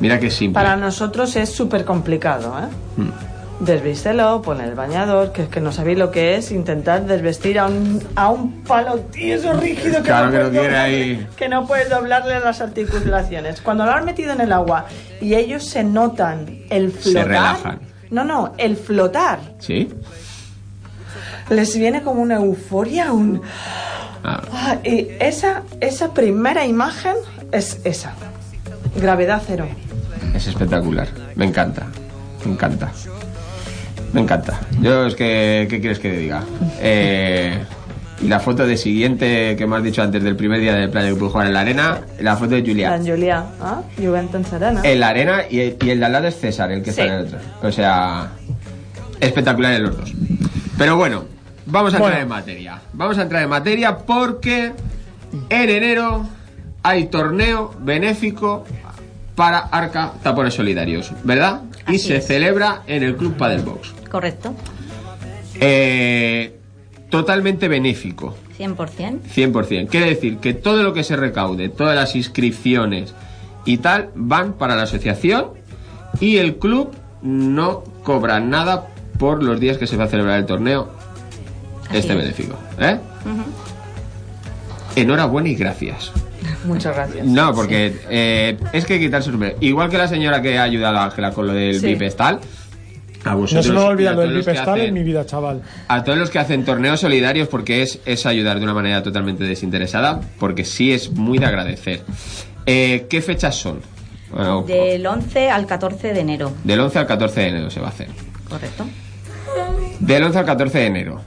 Speaker 5: Mira que simple.
Speaker 14: Para nosotros es súper complicado. ¿eh?
Speaker 5: Mm.
Speaker 14: Desvístelo, pon el bañador, que es que no sabéis lo que es intentar desvestir a un, a un palo tieso rígido que
Speaker 5: Claro
Speaker 14: no
Speaker 5: que no
Speaker 14: puedes
Speaker 5: quiere
Speaker 14: doblar-
Speaker 5: ahí.
Speaker 14: que no puedes doblarle las articulaciones. Cuando lo han metido en el agua y ellos se notan el flotar.
Speaker 5: Se relajan.
Speaker 14: No, no, el flotar.
Speaker 5: ¿Sí?
Speaker 14: Les viene como una euforia, un. Ah, y esa, esa primera imagen es esa. Gravedad cero.
Speaker 5: Es espectacular. Me encanta. Me encanta. Me encanta. Yo es que, ¿qué quieres que te diga? Eh, y la foto de siguiente que me has dicho antes del primer día de playa que pude jugar en la arena, la foto de Julia.
Speaker 14: Gran Julià, ah, jugant en Serena.
Speaker 5: En la arena y el, y el de al lado es César, el que está
Speaker 14: Sí.
Speaker 5: en el otro. O sea, espectaculares los dos. Pero bueno, vamos a entrar
Speaker 11: Bueno.
Speaker 5: en materia. Vamos a entrar en materia porque en enero hay torneo benéfico para Arca Tapones Solidarios, ¿verdad? y se celebra en el Club Padel Box.
Speaker 22: Correcto,
Speaker 5: Eh, totalmente benéfico.
Speaker 22: 100%.
Speaker 5: 100%. Quiere decir que todo lo que se recaude, todas las inscripciones y tal, van para la asociación y el club no cobra nada por los días que se va a celebrar el torneo este
Speaker 22: es.
Speaker 5: benéfico. ¿eh? Enhorabuena y gracias.
Speaker 14: Muchas gracias.
Speaker 5: No, porque eh, es que quitarse el sombrero. Igual que la señora que ha ayudado a Ángela con lo del
Speaker 16: Sí.
Speaker 5: bipestal, a
Speaker 16: No
Speaker 5: vosotros
Speaker 16: se me
Speaker 5: y
Speaker 16: va
Speaker 5: a
Speaker 16: a olvidar lo
Speaker 5: todos
Speaker 16: del
Speaker 5: los que
Speaker 16: Pipestal
Speaker 5: hacen-
Speaker 16: en mi vida, chaval.
Speaker 5: a todos los que hacen torneos solidarios porque es, es ayudar de una manera totalmente desinteresada, porque sí es muy de agradecer. Eh, ¿Qué fechas son? Bueno,
Speaker 22: Del 11 al 14 de enero,
Speaker 5: del 11 al 14 de enero se va a hacer.
Speaker 22: correcto.
Speaker 5: Del 11 al 14 de enero.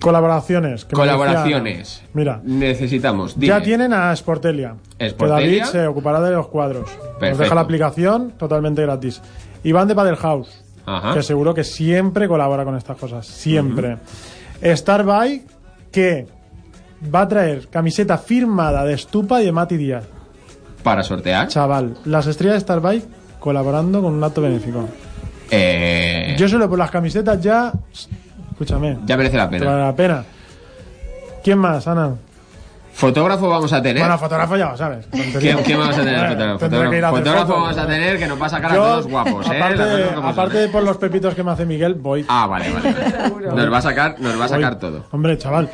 Speaker 16: Colaboraciones. que me
Speaker 5: Colaboraciones.
Speaker 16: decía- Mira,
Speaker 5: Necesitamos.
Speaker 16: ya
Speaker 5: Dime.
Speaker 16: tienen a Sportelia.
Speaker 5: Sportelia.
Speaker 16: Que David se ocupará de los cuadros. Nos
Speaker 5: Perfecto.
Speaker 16: deja la aplicación totalmente gratis. Iván de Padel House,
Speaker 5: Ajá.
Speaker 16: que seguro que siempre colabora con estas cosas. Siempre. Star By, que va a traer camiseta firmada de Stupa y de Mati Díaz.
Speaker 5: Para sortear.
Speaker 16: Chaval, las estrellas de Star By colaborando con un acto benéfico.
Speaker 5: Eh,
Speaker 16: Yo solo por las camisetas ya. Escúchame.
Speaker 5: ya merece la
Speaker 16: Te vale
Speaker 5: pena.
Speaker 16: la pena. ¿Quién más, Ana?
Speaker 5: Fotógrafo vamos a tener.
Speaker 16: Bueno, fotógrafo ya lo sabes.
Speaker 5: ¿Quién, quién vamos a tener?
Speaker 16: Bueno,
Speaker 5: Fotógrafo,
Speaker 16: tendré que ir a
Speaker 5: fotógrafo,
Speaker 16: hacer
Speaker 5: Fotógrafo
Speaker 16: fotos.
Speaker 5: vamos a tener que nos va a sacar
Speaker 16: Yo,
Speaker 5: a todos guapos, ¿eh?
Speaker 16: Aparte,
Speaker 5: Las cosas como son.
Speaker 16: aparte de por los pepitos que me hace Miguel, voy.
Speaker 5: Ah, vale, vale. Nos va a sacar, nos va a sacar todo.
Speaker 16: Hombre, chaval,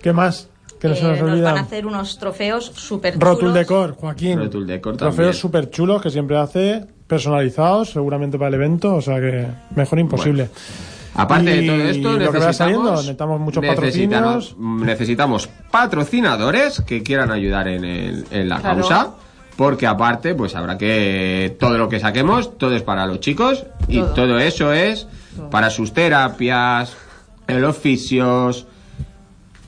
Speaker 16: ¿qué más? Que no se nos
Speaker 22: Eh, nos van a
Speaker 16: olvida.
Speaker 22: hacer unos trofeos super
Speaker 16: Rotul Decor, Joaquín.
Speaker 5: Rotul Decor también.
Speaker 16: Trofeos súper chulos que siempre hace, personalizados, seguramente para el evento, o sea que mejor imposible.
Speaker 5: Aparte de
Speaker 16: Y
Speaker 5: todo esto,
Speaker 16: lo que vaya
Speaker 5: necesitamos,
Speaker 16: saliendo, necesitamos muchos
Speaker 5: necesitamos, necesitamos patrocinadores que quieran ayudar en, el- en la
Speaker 16: Claro.
Speaker 5: causa. Porque aparte, pues habrá que todo lo que saquemos, todo es para los chicos y
Speaker 16: Todo.
Speaker 5: todo, eso es para sus terapias, eh, los fisios,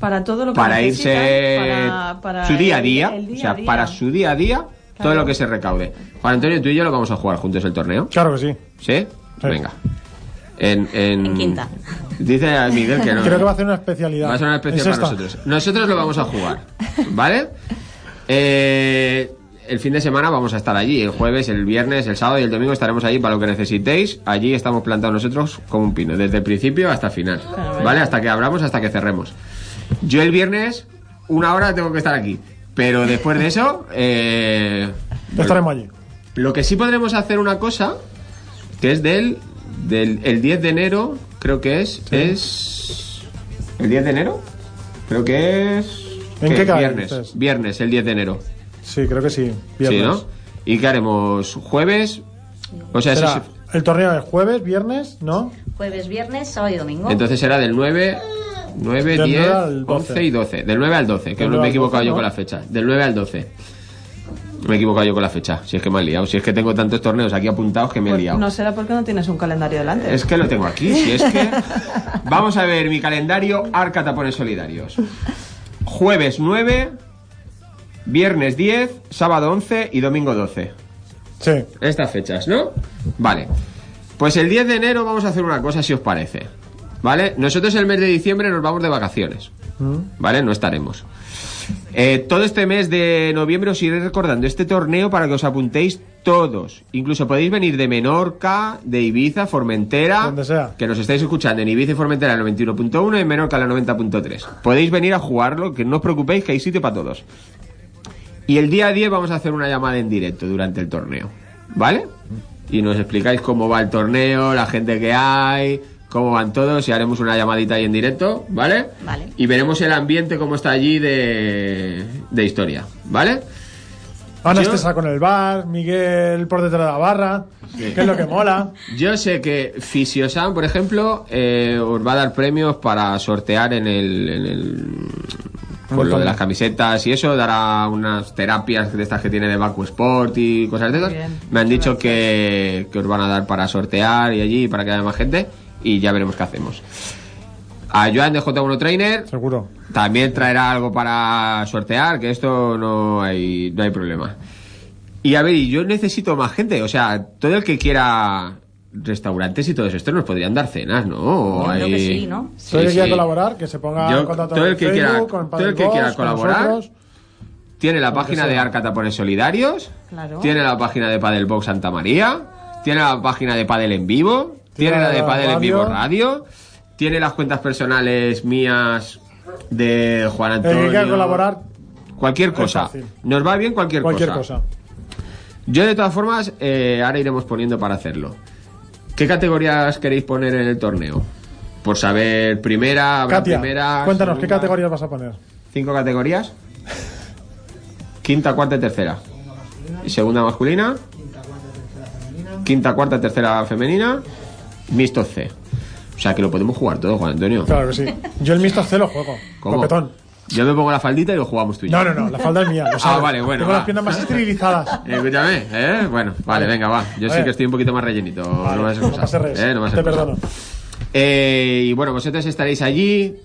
Speaker 14: Para todo lo que
Speaker 5: para
Speaker 14: necesitan,
Speaker 5: irse
Speaker 14: para- para
Speaker 5: su día a día,
Speaker 14: el- el
Speaker 5: o sea,
Speaker 14: a día.
Speaker 5: para su día a día, todo
Speaker 14: Claro.
Speaker 5: lo que se recaude. Juan Antonio, tú y yo lo vamos a jugar juntos el torneo.
Speaker 16: Claro que sí.
Speaker 5: ¿Sí? Venga. En, en- Dice a Miguel que no.
Speaker 16: Creo que va a hacer una especialidad.
Speaker 5: Va a ser una especial
Speaker 16: Es
Speaker 5: para
Speaker 16: esta.
Speaker 5: nosotros. Nosotros lo vamos a jugar, ¿vale? Eh, el fin de semana vamos a estar allí. El jueves, el viernes, el sábado y el domingo estaremos allí para lo que necesitéis. Allí estamos plantados nosotros como un pino, desde el principio hasta el final. Ah, ¿Vale? Hasta que abramos, hasta que cerremos. Yo el viernes, una hora tengo que estar aquí. Pero después de eso, eh,
Speaker 16: Estaremos allí.
Speaker 5: lo que sí podremos hacer una cosa, que es del, del el 10 de enero, creo que es, es... ¿El 10 de enero? Creo que es...
Speaker 16: ¿En qué cae,
Speaker 5: Viernes,
Speaker 16: dices?
Speaker 5: viernes, el 10 de enero.
Speaker 16: Sí, creo que sí.
Speaker 5: Sí,
Speaker 16: Viernes.
Speaker 5: ¿no? ¿Y qué haremos? ¿Jueves? O sea,
Speaker 16: Será
Speaker 5: sí,
Speaker 16: El torneo es jueves, viernes, ¿no?
Speaker 22: Jueves, viernes, sábado y domingo.
Speaker 5: sí. entonces será del 9... 9,
Speaker 16: Del
Speaker 5: 10,
Speaker 16: nueve al
Speaker 5: 11 y 12. Del 9 al 12, que
Speaker 16: Del
Speaker 5: no
Speaker 16: nueve
Speaker 5: me he
Speaker 16: al
Speaker 5: equivocado
Speaker 16: 12,
Speaker 5: yo
Speaker 16: ¿no?
Speaker 5: con la fecha. Del 9 al 12. Me he equivocado yo con la fecha, si es que me he liado. Si es que tengo tantos torneos aquí apuntados que me he liado.
Speaker 14: Pues No será porque no tienes un calendario delante.
Speaker 5: Es que lo tengo aquí, si es que... Vamos a ver mi calendario Arca Tapones Solidarios. Jueves 9, viernes 10, sábado 11 y domingo 12.
Speaker 16: Sí.
Speaker 5: Estas fechas, ¿no? Vale. Pues el 10 de enero vamos a hacer una cosa, si os parece. ¿Vale? Nosotros el mes de diciembre nos vamos de vacaciones.
Speaker 16: Mm.
Speaker 5: ¿Vale? No estaremos. Eh, todo este mes de noviembre os iré recordando este torneo para que os apuntéis todos. Incluso podéis venir de Menorca, de Ibiza, Formentera.
Speaker 16: Donde sea.
Speaker 5: Que nos estáis escuchando en Ibiza y Formentera la 91.1 y en Menorca la 90.3. Podéis venir a jugarlo, que no os preocupéis, que hay sitio para todos. Y el día 10 vamos a hacer una llamada en directo durante el torneo. ¿Vale? Y nos explicáis cómo va el torneo, la gente que hay, cómo van todos y haremos una llamadita ahí en directo, ¿vale?
Speaker 22: Vale.
Speaker 5: Y veremos el ambiente, cómo está allí de, de historia, ¿vale?
Speaker 16: Ana
Speaker 5: Yo-
Speaker 16: Estesa con el bar, Miguel por detrás de la barra, que es lo que mola.
Speaker 5: Yo sé que Fisiosan, por ejemplo, eh, os va a dar premios para sortear en el. en el- con lo de las camisetas y eso, dará unas terapias de estas que tiene de Baku Sport y cosas de esas.
Speaker 1: bien,
Speaker 5: Me han dicho que, que os van a dar para sortear y allí, para que haya más gente, y ya veremos qué hacemos. A Joan de J1 Trainer.
Speaker 16: Seguro.
Speaker 5: También traerá algo para sortear, que esto no hay, no hay problema. Y a ver, y yo necesito más gente. O sea, todo el que quiera restaurantes y todo eso, esto nos podrían dar cenas, ¿no? O
Speaker 16: creo
Speaker 5: hay-
Speaker 16: que
Speaker 14: sí, ¿no?
Speaker 16: todo el que
Speaker 5: Sí,
Speaker 16: quiera
Speaker 5: sí.
Speaker 16: colaborar, que se ponga
Speaker 5: Yo-
Speaker 16: en contacto
Speaker 5: todo el
Speaker 16: en
Speaker 5: que
Speaker 16: Facebook, con
Speaker 5: quiera- todo el que
Speaker 16: Padel
Speaker 5: quiera
Speaker 16: Box, con
Speaker 5: colaborar.
Speaker 16: nosotros.
Speaker 5: Tiene la
Speaker 16: Lo que
Speaker 5: página
Speaker 16: sea.
Speaker 5: de Arca Tapones Solidarios.
Speaker 14: Claro.
Speaker 5: Tiene la página de Padelbox Santa María. Tiene la página de Padel en Vivo. Tiene la de Padel en Vivo Radio. Tiene las cuentas personales mías de Juan
Speaker 16: El que quiera
Speaker 5: Antonio.
Speaker 16: colaborar,
Speaker 5: Cualquier cosa.
Speaker 16: fácil.
Speaker 5: Nos va bien cualquier,
Speaker 16: cualquier cosa.
Speaker 5: Yo de todas formas, eh, ahora iremos poniendo para hacerlo. ¿Qué categorías queréis poner en el torneo? Por saber, primera, habrá
Speaker 16: Katia,
Speaker 5: primera.
Speaker 16: cuéntanos, ¿qué
Speaker 5: segunda,
Speaker 16: categorías vas a poner?
Speaker 5: Cinco categorías. Quinta, cuarta y tercera. Y Segunda masculina. Quinta, cuarta, tercera femenina. Mixto C. O sea que lo podemos jugar todo, Juan Antonio.
Speaker 16: Claro que sí. Yo el Mr. C lo juego.
Speaker 5: ¿Cómo?
Speaker 16: Copetón.
Speaker 5: Yo me pongo la faldita y lo jugamos tú y yo.
Speaker 16: No, no, no, la falda es mía. lo
Speaker 5: Ah,
Speaker 16: sabes.
Speaker 5: vale, bueno,
Speaker 16: Tengo
Speaker 5: va.
Speaker 16: las piernas más esterilizadas.
Speaker 5: Escúchame, ¿eh? Bueno, vale, venga, va. Yo
Speaker 16: Vale.
Speaker 5: sí que estoy un poquito más rellenito. no me vas a
Speaker 16: no
Speaker 5: excusar,
Speaker 16: pasa res,
Speaker 5: ¿eh? No me vas a
Speaker 16: te
Speaker 5: excusar.
Speaker 16: perdono.
Speaker 5: Eh, y bueno, vosotros estaréis allí.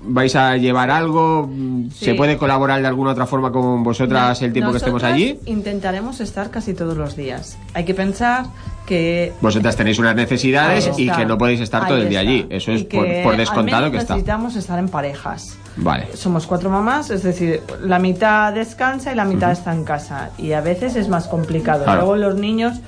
Speaker 5: ¿Vais a llevar algo? mm,
Speaker 14: Sí.
Speaker 5: ¿Se puede colaborar de alguna otra forma con vosotras el tiempo que estemos
Speaker 14: Nosotras
Speaker 5: allí?
Speaker 14: Intentaremos estar casi todos los días. Hay que pensar que
Speaker 5: Vosotras tenéis unas necesidades
Speaker 14: Ahí
Speaker 5: y
Speaker 14: está.
Speaker 5: que no podéis estar
Speaker 14: Ahí
Speaker 5: todo el día
Speaker 14: está.
Speaker 5: allí. Eso es
Speaker 14: y
Speaker 5: por,
Speaker 14: que
Speaker 5: por
Speaker 14: al
Speaker 5: descontado
Speaker 14: menos
Speaker 5: que está.
Speaker 14: Necesitamos estar en parejas.
Speaker 5: Vale.
Speaker 14: Somos cuatro mamás, es decir, la mitad descansa y la mitad está en casa. Y a veces es más complicado.
Speaker 5: Claro.
Speaker 14: Luego los niños,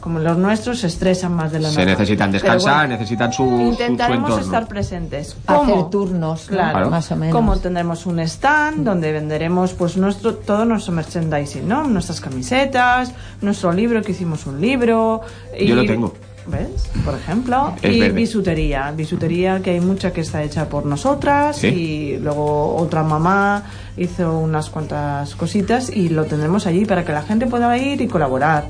Speaker 14: como los nuestros, se estresan más de la
Speaker 5: Se necesitan descansar, necesitan su, su- su
Speaker 14: Intentaremos
Speaker 5: entorno.
Speaker 14: estar presentes.
Speaker 3: Hacer turnos, ¿no?
Speaker 14: Claro,
Speaker 3: más o menos.
Speaker 14: Como tendremos un stand donde venderemos pues nuestro todo nuestro merchandising, ¿no? Nuestras camisetas, nuestro libro que hicimos un libro. y-
Speaker 5: Yo lo tengo.
Speaker 14: ¿Ves? Por ejemplo.
Speaker 5: Es
Speaker 14: y
Speaker 5: verde.
Speaker 14: bisutería. Bisutería que hay mucha que está hecha por nosotras.
Speaker 5: Sí.
Speaker 14: Y luego otra mamá hizo unas cuantas cositas y lo tendremos allí para que la gente pueda ir y colaborar.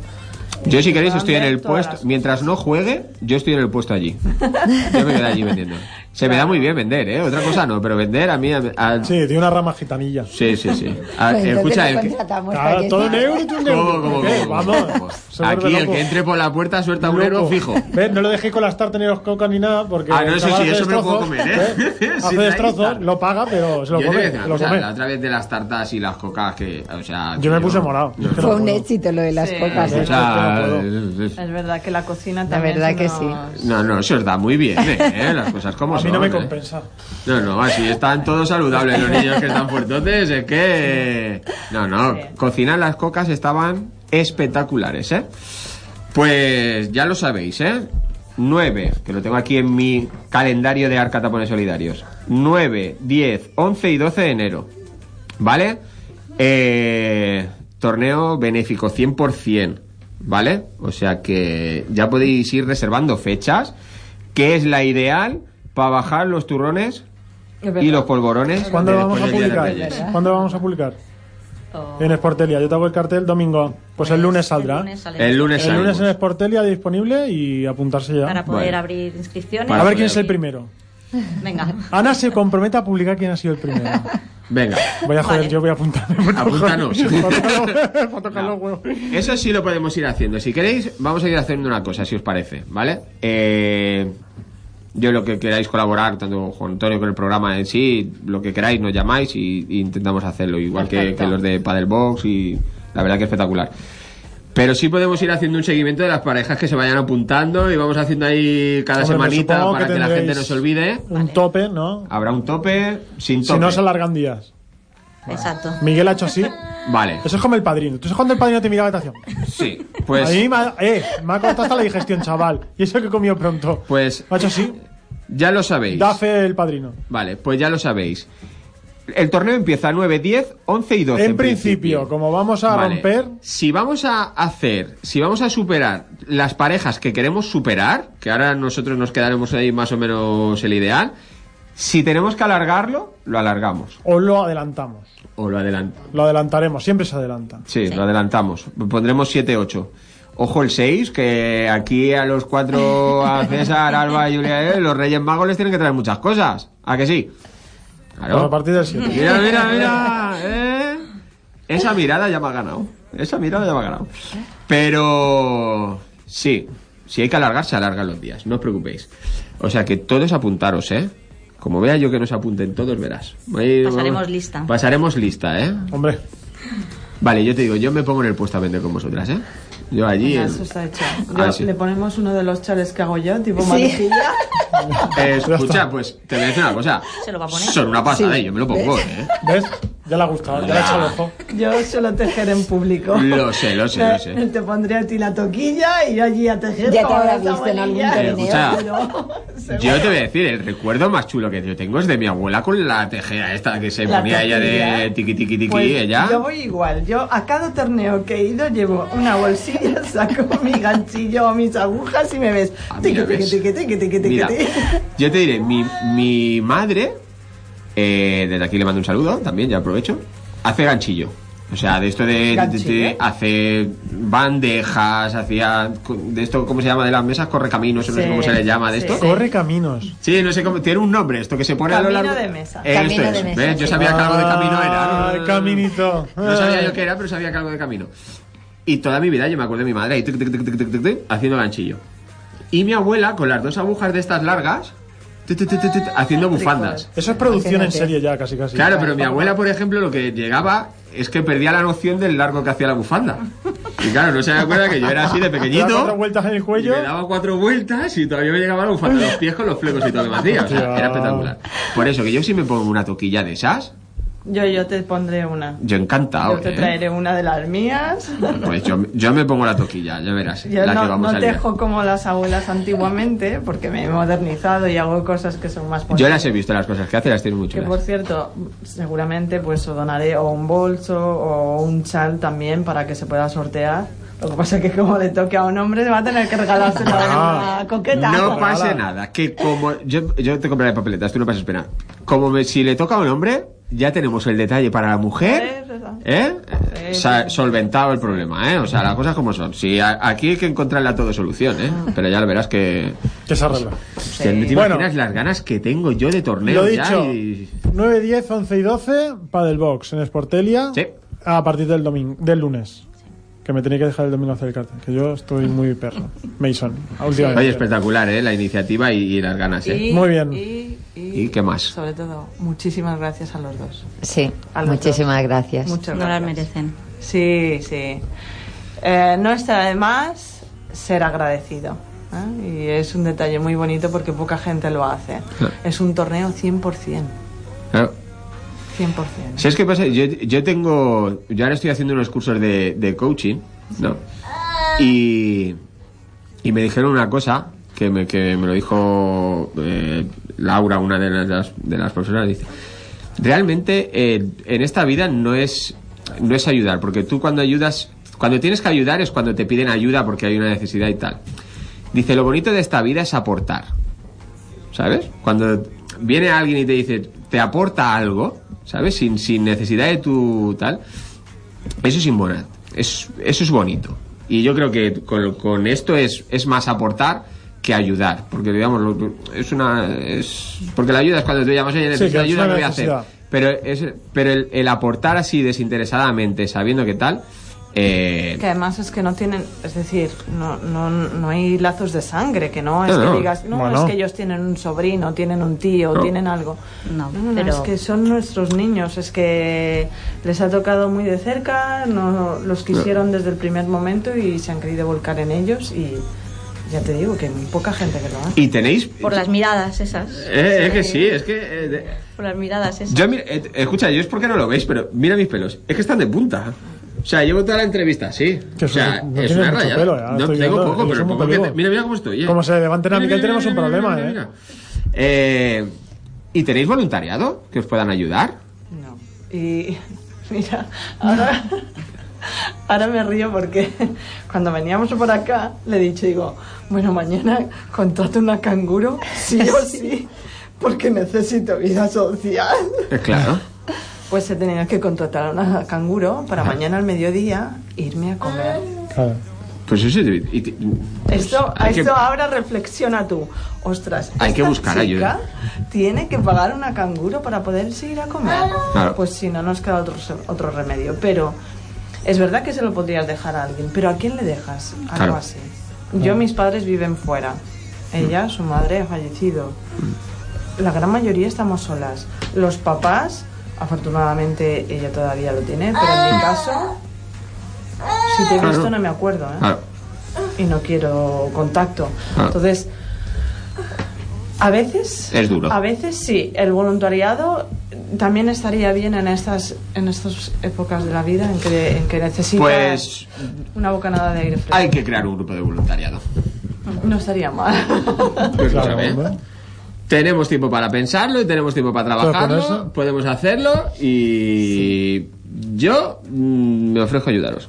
Speaker 5: Yo si queréis estoy en el
Speaker 14: todas las
Speaker 5: puesto, mientras no juegue, yo estoy en el puesto allí. Yo me quedo allí vendiendo. Se me da muy bien vender, ¿eh? Otra cosa no, pero vender a mí... a- a-
Speaker 16: Sí, tiene una rama gitanilla.
Speaker 5: sí, sí, sí. A-
Speaker 3: Pues entonces
Speaker 5: escucha,
Speaker 3: te
Speaker 5: el que,
Speaker 4: Pues
Speaker 3: contratamos
Speaker 16: Claro,
Speaker 3: para que
Speaker 16: todo en
Speaker 3: esté-
Speaker 16: euro y tú en euro.
Speaker 5: ¿Cómo, cómo,
Speaker 16: ¿Qué?
Speaker 5: cómo,
Speaker 16: Eh, Vamos. se vuelve
Speaker 5: aquí el
Speaker 16: loco.
Speaker 5: que entre por la puerta suelta un euro
Speaker 16: Loco.
Speaker 5: fijo.
Speaker 16: ¿Ves? No lo dejéis con las tartas ni los cocas ni nada porque.
Speaker 5: Ah, no, eso
Speaker 16: el chaval
Speaker 5: sí,
Speaker 16: hace
Speaker 5: eso me lo puedo
Speaker 16: destrozos,
Speaker 5: comer,
Speaker 16: ¿ves?
Speaker 5: ¿eh? Sin
Speaker 16: Hace
Speaker 5: ahí
Speaker 16: destrozos,
Speaker 5: estar.
Speaker 16: lo paga, pero se lo
Speaker 5: Yo te voy a
Speaker 16: come.
Speaker 5: decir una
Speaker 16: lo
Speaker 5: cosa,
Speaker 16: come.
Speaker 5: a través de las tartas y las cocas que... O sea,
Speaker 16: Yo me puse morado.
Speaker 3: Fue un éxito lo de las cocas. ¿eh?
Speaker 5: Escucha,
Speaker 14: Es verdad que la cocina
Speaker 3: La
Speaker 14: también.
Speaker 3: verdad que
Speaker 14: es
Speaker 3: sí.
Speaker 14: una-
Speaker 5: no, no, eso os da muy bien, ¿eh? Las cosas como
Speaker 16: A
Speaker 5: son.
Speaker 16: mí no me
Speaker 5: ¿eh?
Speaker 16: compensa.
Speaker 5: No, no, así están todos saludables los niños que están fuertotes, es que... No, no, cocinar las cocas estaban espectaculares, ¿eh? Pues ya lo sabéis, ¿eh? 9, que lo tengo aquí en mi calendario de Arca Tapones Solidarios. 9, 10, 11 y 12 de enero, ¿vale? Eh, torneo benéfico 100%, ¿vale? O sea que ya podéis ir reservando fechas, que es la ideal para bajar los turrones y los polvorones.
Speaker 16: ¿Cuándo
Speaker 5: de
Speaker 16: lo vamos a
Speaker 5: después del Día de
Speaker 16: publicar?
Speaker 5: Reyes.
Speaker 16: ¿Cuándo lo vamos a publicar? En Sportelia. Yo te hago el cartel domingo. Oh. Pues el lunes saldrá.
Speaker 5: El lunes
Speaker 16: El
Speaker 5: salimos.
Speaker 16: lunes en Sportelia disponible y apuntarse ya.
Speaker 22: Para poder
Speaker 5: Vale.
Speaker 22: abrir inscripciones.
Speaker 16: A ver quién es el primero.
Speaker 22: Venga.
Speaker 16: Ana se compromete a publicar quién ha sido el primero.
Speaker 5: Venga.
Speaker 16: Voy a joder, yo voy a apuntarme. por cojones.
Speaker 5: Apúntanos.
Speaker 16: Para tocar los huevos.
Speaker 5: Eso sí lo podemos ir haciendo. Si queréis, vamos a ir haciendo una cosa, si os parece, ¿vale? Eh, yo lo que queráis colaborar, tanto Juan Antonio con el programa en sí, lo que queráis, nos llamáis y, y intentamos hacerlo, igual que,
Speaker 1: Perfecto.
Speaker 5: que los de Paddlebox y la verdad que espectacular. Pero sí podemos ir haciendo un seguimiento de las parejas que se vayan apuntando y vamos haciendo ahí cada
Speaker 16: Hombre, me
Speaker 5: semanita
Speaker 16: supongo
Speaker 5: para que, la
Speaker 16: tendréis
Speaker 5: gente no se olvide.
Speaker 16: Un tope, ¿no?
Speaker 5: Habrá un tope, sin tope.
Speaker 16: Si no, se alargan días.
Speaker 22: Exacto.
Speaker 16: Miguel ha hecho así.
Speaker 5: Vale,
Speaker 16: Eso es como el padrino. Tú sabes cuando el padrino te mira la habitación.
Speaker 5: sí. Pues...
Speaker 16: A mí me ha, eh, me ha cortado hasta la digestión, chaval. Y eso que he comido pronto.
Speaker 5: Pues.
Speaker 16: Macho, sí.
Speaker 5: Ya lo sabéis.
Speaker 16: Da fe el padrino.
Speaker 5: Vale, pues ya lo sabéis. El torneo empieza 9, 10, 11 y 12.
Speaker 16: en principio, como vamos a
Speaker 5: Vale.
Speaker 16: romper.
Speaker 5: Si vamos a hacer, si vamos a superar las parejas que queremos superar, que ahora nosotros nos quedaremos ahí más o menos el ideal, si tenemos que alargarlo, lo alargamos.
Speaker 16: O lo adelantamos.
Speaker 5: O lo adelantamos.
Speaker 16: Lo adelantaremos. Siempre se adelanta.
Speaker 5: Sí, lo adelantamos. Pondremos 7, 8. Ojo el 6, que aquí a los cuatro, a César, Alba y Julia, eh, los Reyes Magos les tienen que traer muchas cosas. ¿A que sí? Claro.
Speaker 16: Pues a partir del 7.
Speaker 5: Mira, mira, mira. ¿eh? Esa mirada ya me ha ganado. Esa mirada ya me ha ganado. Pero sí, si hay que alargar, se alargan los días, no os preocupéis. O sea que todos apuntaros, ¿eh? Como vea yo que nos apunten todos, verás. Ahí vamos.
Speaker 22: Pasaremos lista.
Speaker 5: Pasaremos lista, ¿eh?
Speaker 16: Hombre.
Speaker 5: Vale, yo te digo, yo me pongo en el puesto a vender con vosotras, ¿eh? Yo allí...
Speaker 14: Ya,
Speaker 5: en-
Speaker 14: Eso está hecho.
Speaker 5: Ah,
Speaker 14: Yo-
Speaker 5: sí.
Speaker 14: Le ponemos uno de los chales que hago yo, tipo
Speaker 5: Sí.
Speaker 14: maletilla.
Speaker 5: Eh, escucha, pues te voy a decir una cosa.
Speaker 14: Se lo va a poner.
Speaker 5: Son una pasada,
Speaker 14: Sí.
Speaker 5: ¿eh? Yo me lo pongo,
Speaker 14: ¿Ves?
Speaker 5: ¿eh?
Speaker 16: ¿Ves? Ya le ha gustado, ya le ha hecho el ojo.
Speaker 14: Yo suelo tejer en público.
Speaker 5: Lo sé, lo sé, lo sé. Eh,
Speaker 14: Te pondría a ti la toquilla y yo allí a tejer.
Speaker 3: Ya te
Speaker 14: como
Speaker 3: habrá
Speaker 14: las
Speaker 3: visto en algún
Speaker 14: abuelillas.
Speaker 5: torneo. Escucha.
Speaker 14: Pero-
Speaker 5: Yo te voy a decir, el recuerdo más chulo que yo tengo es de mi abuela con la tejera esta que se
Speaker 14: La
Speaker 5: ponía ella de
Speaker 14: tejera.
Speaker 5: tiqui tiqui tiqui,
Speaker 14: Pues
Speaker 5: ella.
Speaker 14: Yo voy igual. Yo a cada torneo que he ido llevo una bolsilla, saco mi ganchillo o mis agujas y me ves. Tiqui,
Speaker 5: Ah, mira,
Speaker 14: tiqui,
Speaker 5: ves.
Speaker 14: tiqui, tiqui, tiqui, tiqui,
Speaker 5: Mira,
Speaker 14: tiqui.
Speaker 5: yo te diré, mi, mi madre, eh, desde aquí le mando un saludo también, ya aprovecho, hace ganchillo. O sea, de esto de, de- de- de- hace bandejas, hacía de esto, ¿cómo se llama? De las mesas, corre caminos, no sé
Speaker 16: Sí,
Speaker 5: cómo se le llama de esto.
Speaker 16: Corre caminos.
Speaker 5: Sí, no sé cómo, tiene un nombre esto que se pone a lo
Speaker 16: Camino
Speaker 5: largo.
Speaker 16: de mesa.
Speaker 5: Eh,
Speaker 16: Camino
Speaker 5: esto
Speaker 16: de
Speaker 5: es,
Speaker 16: mesa,
Speaker 5: ¿ves? Yo
Speaker 16: sí.
Speaker 5: sabía que algo de camino
Speaker 16: Ah,
Speaker 5: era.
Speaker 16: el caminito.
Speaker 5: No sabía yo qué era, pero sabía que algo de camino. Y toda mi vida yo me acuerdo de mi madre ahí, tic, tic, tic, tic, tic, tic, tic, haciendo ganchillo. Y mi abuela con las dos agujas de estas largas tu, tu, tu, tu, tu,
Speaker 16: Ah,
Speaker 5: haciendo bufandas.
Speaker 16: Eso es producción en serie ya, casi casi.
Speaker 5: Claro, pero mi abuela, por ejemplo, lo que llegaba es que perdía la noción del largo que hacía la bufanda. Y claro, no se acuerda que yo era así
Speaker 16: Le
Speaker 5: de
Speaker 16: da
Speaker 5: pequeñito.
Speaker 16: cuatro vueltas en el cuello.
Speaker 5: Me daba cuatro vueltas y todavía me llegaba la bufanda a los pies con los flecos y todo lo que me hacía. O sea, era espectacular. Por eso que yo si me pongo una toquilla de esas,
Speaker 14: Yo, yo te pondré una.
Speaker 5: yo encantado.
Speaker 14: Yo te
Speaker 5: ¿eh?
Speaker 14: traeré una de las mías.
Speaker 5: Pues yo, yo me pongo la toquilla, ya verás.
Speaker 14: Yo
Speaker 5: la que
Speaker 14: no,
Speaker 5: vamos
Speaker 14: no
Speaker 5: a liar.
Speaker 14: tejo como las abuelas antiguamente, porque me he modernizado y hago cosas que son más
Speaker 5: Yo
Speaker 14: bonitas.
Speaker 5: las he visto, las cosas que hace, las tiene muy
Speaker 14: Que
Speaker 5: chulas.
Speaker 14: por cierto, seguramente pues os donaré o un bolso o un chal también para que se pueda sortear. Lo que pasa es que como le toque a un hombre va a tener que regalárselo a
Speaker 5: Ah.
Speaker 14: una coqueta.
Speaker 5: No pase nada, que como. Yo, yo te compraré papeletas, tú no pases pena. Como me- si le toca a un hombre, ya tenemos el detalle para la mujer, ¿eh? O sea, solventado el problema, ¿eh? O sea, las cosas como son. Si a- aquí hay que encontrarle a todo solución, ¿eh?
Speaker 14: Ah.
Speaker 5: Pero ya lo verás que.
Speaker 16: Que se arregla.
Speaker 5: que no te
Speaker 16: Bueno.
Speaker 5: imaginas las ganas que tengo yo de torneo
Speaker 16: Lo
Speaker 5: Pues, ya
Speaker 16: dicho.
Speaker 5: y-
Speaker 16: 9, 10, 11 y 12, Padelbox en Sportelia. A partir del, domingo, del lunes. Que me tenía que dejar el domingo hacer el cartel. Que yo estoy muy perro. Mason, últimamente.
Speaker 5: Oye, espectacular, ¿eh? La iniciativa y, y las ganas, ¿eh?
Speaker 14: Y-
Speaker 16: Muy bien.
Speaker 14: Y,
Speaker 5: ¿Y qué más?
Speaker 14: sobre todo, muchísimas gracias a los dos.
Speaker 3: Sí,
Speaker 14: A los
Speaker 3: muchísimas gracias.
Speaker 14: Muchas gracias. merecen. Sí, sí. Eh, no está de más ser agradecido. ¿eh? Y es un detalle muy bonito porque poca gente lo hace. Es un torneo 100%.
Speaker 5: Claro.
Speaker 14: 100%.
Speaker 5: ¿Sabes qué pasa? Yo, yo tengo. Yo ahora estoy haciendo unos cursos de, de coaching, ¿no? Y. Y me dijeron una cosa que me, que me lo dijo eh, Laura, una de las- de las, de las profesoras. Dice: Realmente eh, en esta vida no es, no es ayudar, porque tú cuando ayudas. Cuando tienes que ayudar es cuando te piden ayuda porque hay una necesidad y tal. Dice: Lo bonito de esta vida es aportar. ¿Sabes? Cuando viene alguien y te dice, te aporta algo, ¿sabes? Sin, sin necesidad de tu tal. Eso es inmoral. Es, eso es bonito. Y yo creo que con, con esto es, es más aportar que ayudar. Porque, digamos, lo- es una. Es, porque la ayuda es cuando tú llamas, oye,
Speaker 16: Sí, que
Speaker 5: necesito
Speaker 16: es
Speaker 5: ayuda,
Speaker 16: una
Speaker 5: ¿qué voy a hacer?
Speaker 16: necesidad.
Speaker 5: Pero, es, pero el, el aportar así desinteresadamente, sabiendo qué tal, eh,
Speaker 14: Que además es que no tienen, es decir, no, no, no hay lazos de sangre, que no es
Speaker 5: No,
Speaker 14: que
Speaker 5: no.
Speaker 14: digas, no,
Speaker 5: Bueno.
Speaker 14: es que ellos tienen un sobrino, tienen un tío,
Speaker 5: No.
Speaker 14: tienen algo. No, no, no,
Speaker 22: pero-
Speaker 14: es que son nuestros niños, es que les ha tocado muy de cerca, no los quisieron desde el primer momento y se han querido volcar en ellos y ya te digo que hay muy poca gente que lo hace.
Speaker 5: y tenéis...
Speaker 22: Por las miradas esas.
Speaker 5: Eh, es que sí, es que... eh, de-
Speaker 22: Por las miradas esas.
Speaker 5: Yo, mira, eh, escucha, yo es porque no lo veis, pero mira mis pelos. Es que están de punta. O sea, llevo toda la entrevista, sí. o sea,
Speaker 16: no
Speaker 5: es
Speaker 16: tienes
Speaker 5: una
Speaker 16: mucho
Speaker 5: raya.
Speaker 16: pelo, ya,
Speaker 5: no
Speaker 16: estoy
Speaker 5: tengo
Speaker 16: viendo,
Speaker 5: poco,
Speaker 16: eres
Speaker 5: pero
Speaker 16: un
Speaker 5: poco que
Speaker 16: peludo.
Speaker 5: te- mira, mira cómo estoy. eh.
Speaker 16: Como se levanten a
Speaker 5: Mira,
Speaker 16: Miguel
Speaker 5: mira,
Speaker 16: tenemos un
Speaker 5: mira, mira,
Speaker 16: problema,
Speaker 5: mira, mira,
Speaker 16: ¿eh?
Speaker 5: mira. Eh, ¿Y tenéis voluntariado que os puedan ayudar?
Speaker 14: Y mira, ahora, ahora me río porque cuando veníamos por acá le he dicho, digo, bueno, mañana contrato una canguro, sí o sí, porque necesito vida social.
Speaker 5: Eh, claro.
Speaker 14: Pues he tenido que contratar a una canguro para mañana al mediodía irme a comer.
Speaker 5: Pues eso. y- y-
Speaker 14: Esto,
Speaker 5: Pues hay que-
Speaker 14: esto ahora reflexiona tú. Ostras,
Speaker 5: Hay que
Speaker 14: esta
Speaker 5: buscar ayuda.
Speaker 14: chica Tiene que pagar una canguro para poder ir a comer.
Speaker 5: Ah. Claro.
Speaker 14: Pues si no, nos queda otro, se- otro remedio. Pero es verdad que se lo podrías dejar a alguien. Pero ¿a quién le dejas? Algo
Speaker 5: Claro. Mm.
Speaker 14: así. Yo, mis padres viven fuera. Ella, su madre, ha fallecido.
Speaker 5: Mm.
Speaker 14: La gran mayoría estamos solas. Los papás, afortunadamente ella todavía lo tiene, pero en mi caso, si te he
Speaker 5: Ah. Claro.
Speaker 14: visto no me acuerdo. ¿eh?
Speaker 5: Claro.
Speaker 14: y no quiero contacto.
Speaker 5: Ah.
Speaker 14: Entonces, a veces...
Speaker 5: Es duro.
Speaker 14: A veces sí, el voluntariado también estaría bien en estas, en estas épocas de la vida en que, en que necesitas
Speaker 5: Pues
Speaker 14: una bocanada de aire fresco.
Speaker 5: hay que crear un grupo de voluntariado.
Speaker 14: No estaría mal.
Speaker 5: Pues escúchame, Tenemos tiempo para pensarlo y tenemos tiempo para
Speaker 16: Claro, por
Speaker 5: trabajarlo. Podemos hacerlo y yo mm, me ofrezco a ayudaros.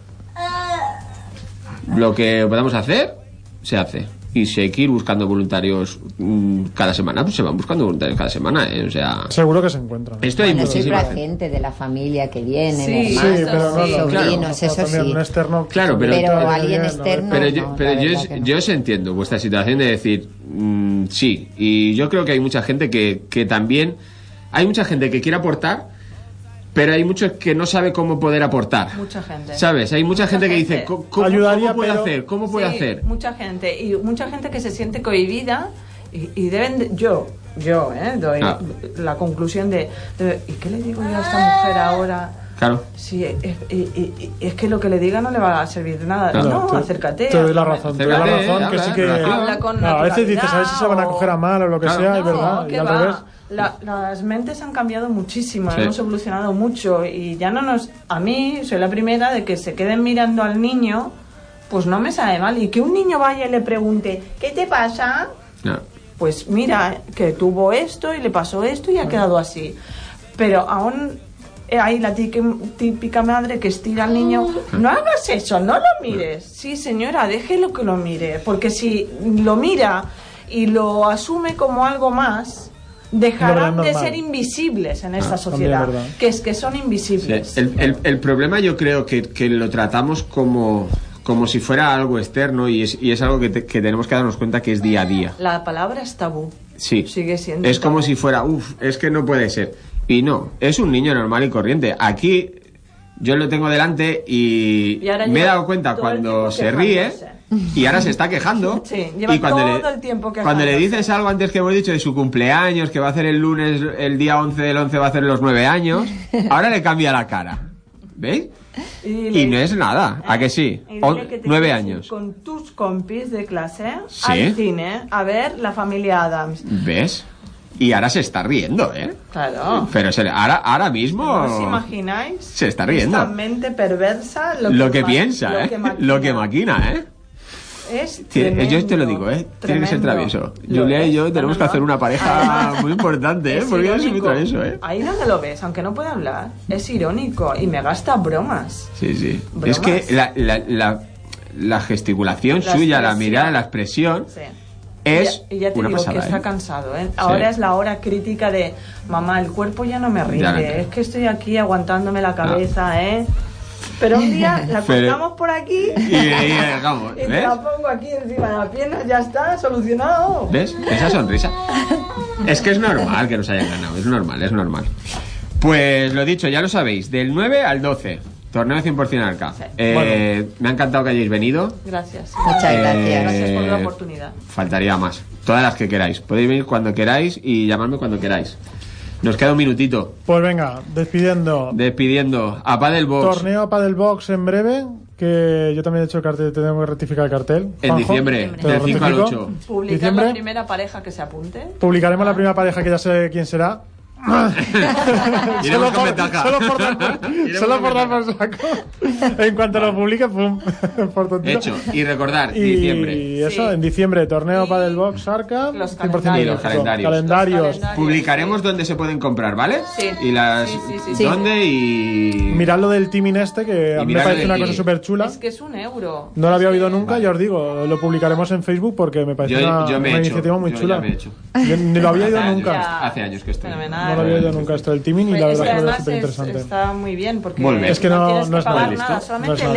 Speaker 5: Lo que podamos hacer, se hace. Y si hay que ir buscando voluntarios mm, cada semana, pues se van buscando voluntarios cada semana. ¿eh? O sea,
Speaker 16: Seguro que se encuentran.
Speaker 5: esto hay
Speaker 3: Bueno, siempre
Speaker 5: muchísima
Speaker 3: hay
Speaker 5: gente.
Speaker 3: gente de la familia que viene,
Speaker 16: Sí,
Speaker 3: hermanos,
Speaker 16: sí, pero no, no, claro.
Speaker 3: sobrinos,
Speaker 16: No,
Speaker 3: eso
Speaker 16: también
Speaker 3: sí.
Speaker 16: un externo-
Speaker 5: Claro, pero,
Speaker 3: Pero alguien externo,
Speaker 5: Pero yo,
Speaker 3: no,
Speaker 5: pero
Speaker 3: la
Speaker 5: yo
Speaker 3: verdad
Speaker 5: os-
Speaker 3: que
Speaker 5: yo os entiendo vuestra situación de decir mm, sí. Y yo creo que hay mucha gente que, que también. Hay mucha gente que quiere aportar, pero hay muchos que no sabe cómo poder aportar.
Speaker 14: Mucha gente.
Speaker 5: ¿Sabes? Hay mucha gente que dice, "Co- ¿cómo,
Speaker 14: Ayudaría,
Speaker 5: cómo puedo
Speaker 14: pero-
Speaker 5: hacer? ¿Cómo puedo
Speaker 14: Sí,
Speaker 5: hacer?
Speaker 14: Mucha gente. Y mucha gente que se siente cohibida y, y deben. de- yo, yo, ¿eh? Doy
Speaker 5: Ah.
Speaker 14: la conclusión de, de, ¿Y qué le digo yo a esta mujer ahora?
Speaker 5: Claro.
Speaker 14: Sí, es, y- y- y- es que lo que le diga no le va a servir de nada.
Speaker 5: Claro,
Speaker 14: no,
Speaker 5: te-
Speaker 14: acércate.
Speaker 16: Te doy la razón, te doy la
Speaker 5: Acércate,
Speaker 16: razón, que
Speaker 5: habla,
Speaker 16: sí que...
Speaker 5: habla. Habla
Speaker 14: con
Speaker 16: No, a veces
Speaker 14: naturalidad
Speaker 16: dices, a ver si se van a coger a mal o lo que
Speaker 5: Claro.
Speaker 16: sea, es
Speaker 5: No,
Speaker 16: verdad. Y
Speaker 14: ¿Qué
Speaker 16: al
Speaker 14: va?
Speaker 16: revés.
Speaker 14: La- las mentes han cambiado muchísimo,
Speaker 16: Sí.
Speaker 14: hemos evolucionado mucho y ya no nos... A mí soy la primera de que se queden mirando al niño, pues no me sabe mal. Y que un niño vaya y le pregunte, ¿qué te pasa?
Speaker 5: No.
Speaker 14: Pues mira, que tuvo esto y le pasó esto y ha quedado así. Pero aún hay la tic- típica madre que estira al niño,
Speaker 5: Ah.
Speaker 14: no hagas eso, no lo mires. Sí, señora, déjelo que lo mire, porque si lo mira y lo asume como algo más,
Speaker 5: verán
Speaker 14: dejarán de
Speaker 5: normal.
Speaker 14: ser invisibles en
Speaker 5: Ah,
Speaker 14: esta
Speaker 5: también es
Speaker 14: sociedad,
Speaker 5: verdad.
Speaker 14: que es que son invisibles.
Speaker 5: Sí, el, el- el problema yo creo que, que lo tratamos como, como si fuera algo externo y es, y es algo que, te- que tenemos que darnos cuenta que es día a día.
Speaker 14: La palabra es tabú,
Speaker 5: Sí.
Speaker 14: sigue siendo.
Speaker 5: Es como si fuera, uff, es que no puede ser. Y no, es un niño normal y corriente. Aquí yo lo tengo delante y,
Speaker 14: Y ahora
Speaker 5: me he
Speaker 14: lleva
Speaker 5: dado cuenta
Speaker 14: todo el
Speaker 5: cuando
Speaker 14: tiempo
Speaker 5: se ríe
Speaker 14: quejándose.
Speaker 5: y ahora se está quejando.
Speaker 14: Sí, lleva
Speaker 5: y cuando
Speaker 14: todo
Speaker 5: le,
Speaker 14: el tiempo que
Speaker 5: cuando le dices algo antes que hemos dicho de su cumpleaños, que va a hacer el lunes, el día 11 del 11 va a hacer los 9 años, ahora le cambia la cara. ¿Veis?
Speaker 14: Y le
Speaker 5: Y no es nada, ¿a que sí?
Speaker 14: Y
Speaker 5: O-
Speaker 14: dile que te
Speaker 5: Nueve
Speaker 14: quieres
Speaker 5: años.
Speaker 14: ir Con tus compis de clase
Speaker 5: Sí.
Speaker 14: al cine a ver la familia Adams.
Speaker 5: ¿Ves? Y ahora se está riendo, ¿eh?
Speaker 14: Claro.
Speaker 5: Pero se le- ahora, ahora mismo...
Speaker 14: ¿No os imagináis?
Speaker 5: Oh. Se está riendo.
Speaker 14: Esta mente perversa lo,
Speaker 5: lo que,
Speaker 14: ma-
Speaker 5: piensa,
Speaker 14: lo
Speaker 5: ¿eh?
Speaker 14: que ma-
Speaker 5: lo que maquina, ¿eh?
Speaker 14: es
Speaker 5: Tiene-
Speaker 14: tremendo.
Speaker 5: yo te lo digo, ¿eh? Tiene que ser
Speaker 14: tremendo.
Speaker 5: travieso. Julia y yo tenemos que hacer una pareja muy importante, ¿eh?
Speaker 14: Es
Speaker 5: Porque yo soy muy
Speaker 14: irónico.
Speaker 5: travieso, ¿eh?
Speaker 14: Ahí donde lo ves, aunque no pueda hablar, es irónico y me gasta bromas.
Speaker 5: Sí, sí.
Speaker 14: Bromas.
Speaker 5: Es que la, la, la, la gesticulación
Speaker 14: La
Speaker 5: suya, la
Speaker 14: expresión.
Speaker 5: mirada, la expresión,
Speaker 14: Sí.
Speaker 5: es
Speaker 14: Y ya te
Speaker 5: una
Speaker 14: digo
Speaker 5: pasada,
Speaker 14: que está
Speaker 5: ¿eh?
Speaker 14: cansado, ¿eh? Ahora es la hora crítica de, mamá, el cuerpo ya no me
Speaker 5: Ya no
Speaker 14: rinde,
Speaker 5: te-
Speaker 14: es que estoy aquí aguantándome la cabeza, ¿eh? Pero un día la
Speaker 5: Pero-
Speaker 14: cortamos por aquí
Speaker 5: Y, y dejamos,
Speaker 14: y te
Speaker 5: ¿ves?
Speaker 14: la pongo aquí encima de la pierna, ya está, solucionado.
Speaker 5: ¿Ves? Esa sonrisa. Es que es normal que nos hayan ganado, es normal, es normal. Pues lo dicho, ya lo sabéis, del 9 al 12, torneo 100% Arca. Eh, Me ha encantado que hayáis venido.
Speaker 14: Gracias.
Speaker 5: Muchas Eh, gracias.
Speaker 14: Gracias por la oportunidad.
Speaker 5: Faltaría más. Todas las que queráis. Podéis venir cuando queráis y llamarme cuando queráis. Nos queda un minutito.
Speaker 16: Pues venga, despidiendo.
Speaker 5: Despidiendo a Padelbox
Speaker 16: Torneo a Padel Box en breve, que yo también he hecho el cartel, tenemos que rectificar el cartel.
Speaker 5: En diciembre,
Speaker 16: te lo
Speaker 5: del 5 al
Speaker 16: rectifico.
Speaker 5: 8.
Speaker 14: Publicar
Speaker 16: ¿Diciembre?
Speaker 14: la primera pareja que se apunte.
Speaker 16: Publicaremos la primera pareja que ya sé quién será.
Speaker 5: Iremos con
Speaker 16: por-
Speaker 5: ventaja.
Speaker 16: solo por dar- Solo por dar por saco. En cuanto lo publique, pum. por tontito.
Speaker 5: Hecho. Y recordar,
Speaker 16: Y
Speaker 5: diciembre.
Speaker 16: eso, en diciembre, torneo para el box, Arca. 100%
Speaker 5: Y
Speaker 16: directo.
Speaker 5: los calendarios.
Speaker 16: Calendarios.
Speaker 5: Publicaremos dónde se pueden comprar, ¿vale?
Speaker 16: Sí.
Speaker 5: Y las.
Speaker 16: sí.
Speaker 5: ¿Dónde? Y.
Speaker 16: Mirad lo del teaming este, que a mí me
Speaker 5: mirad lo
Speaker 16: parece
Speaker 5: del
Speaker 16: una cosa
Speaker 5: teaming.
Speaker 16: súper chula.
Speaker 14: Es que es un euro.
Speaker 16: No lo había oído nunca, ya os digo, lo publicaremos en Facebook porque me parece
Speaker 5: Yo-
Speaker 16: una,
Speaker 5: yo me he
Speaker 16: una
Speaker 5: hecho,
Speaker 16: iniciativa muy
Speaker 5: yo ya
Speaker 16: chula.
Speaker 5: me he hecho.
Speaker 16: Yo ni lo había
Speaker 5: Hace
Speaker 16: oído
Speaker 5: años-
Speaker 16: nunca.
Speaker 5: Hace años que estoy.
Speaker 16: No lo había oído nunca esto del teaming y la
Speaker 14: Pues Es
Speaker 16: verdad
Speaker 14: que
Speaker 16: es que lo veo
Speaker 14: además
Speaker 16: súper
Speaker 14: es-
Speaker 16: interesante.
Speaker 14: está muy bien porque
Speaker 16: Volve. Es que no-
Speaker 14: tienes
Speaker 16: no es
Speaker 14: pagar
Speaker 16: nada.
Speaker 14: nada,
Speaker 16: No
Speaker 14: solamente
Speaker 16: es nada.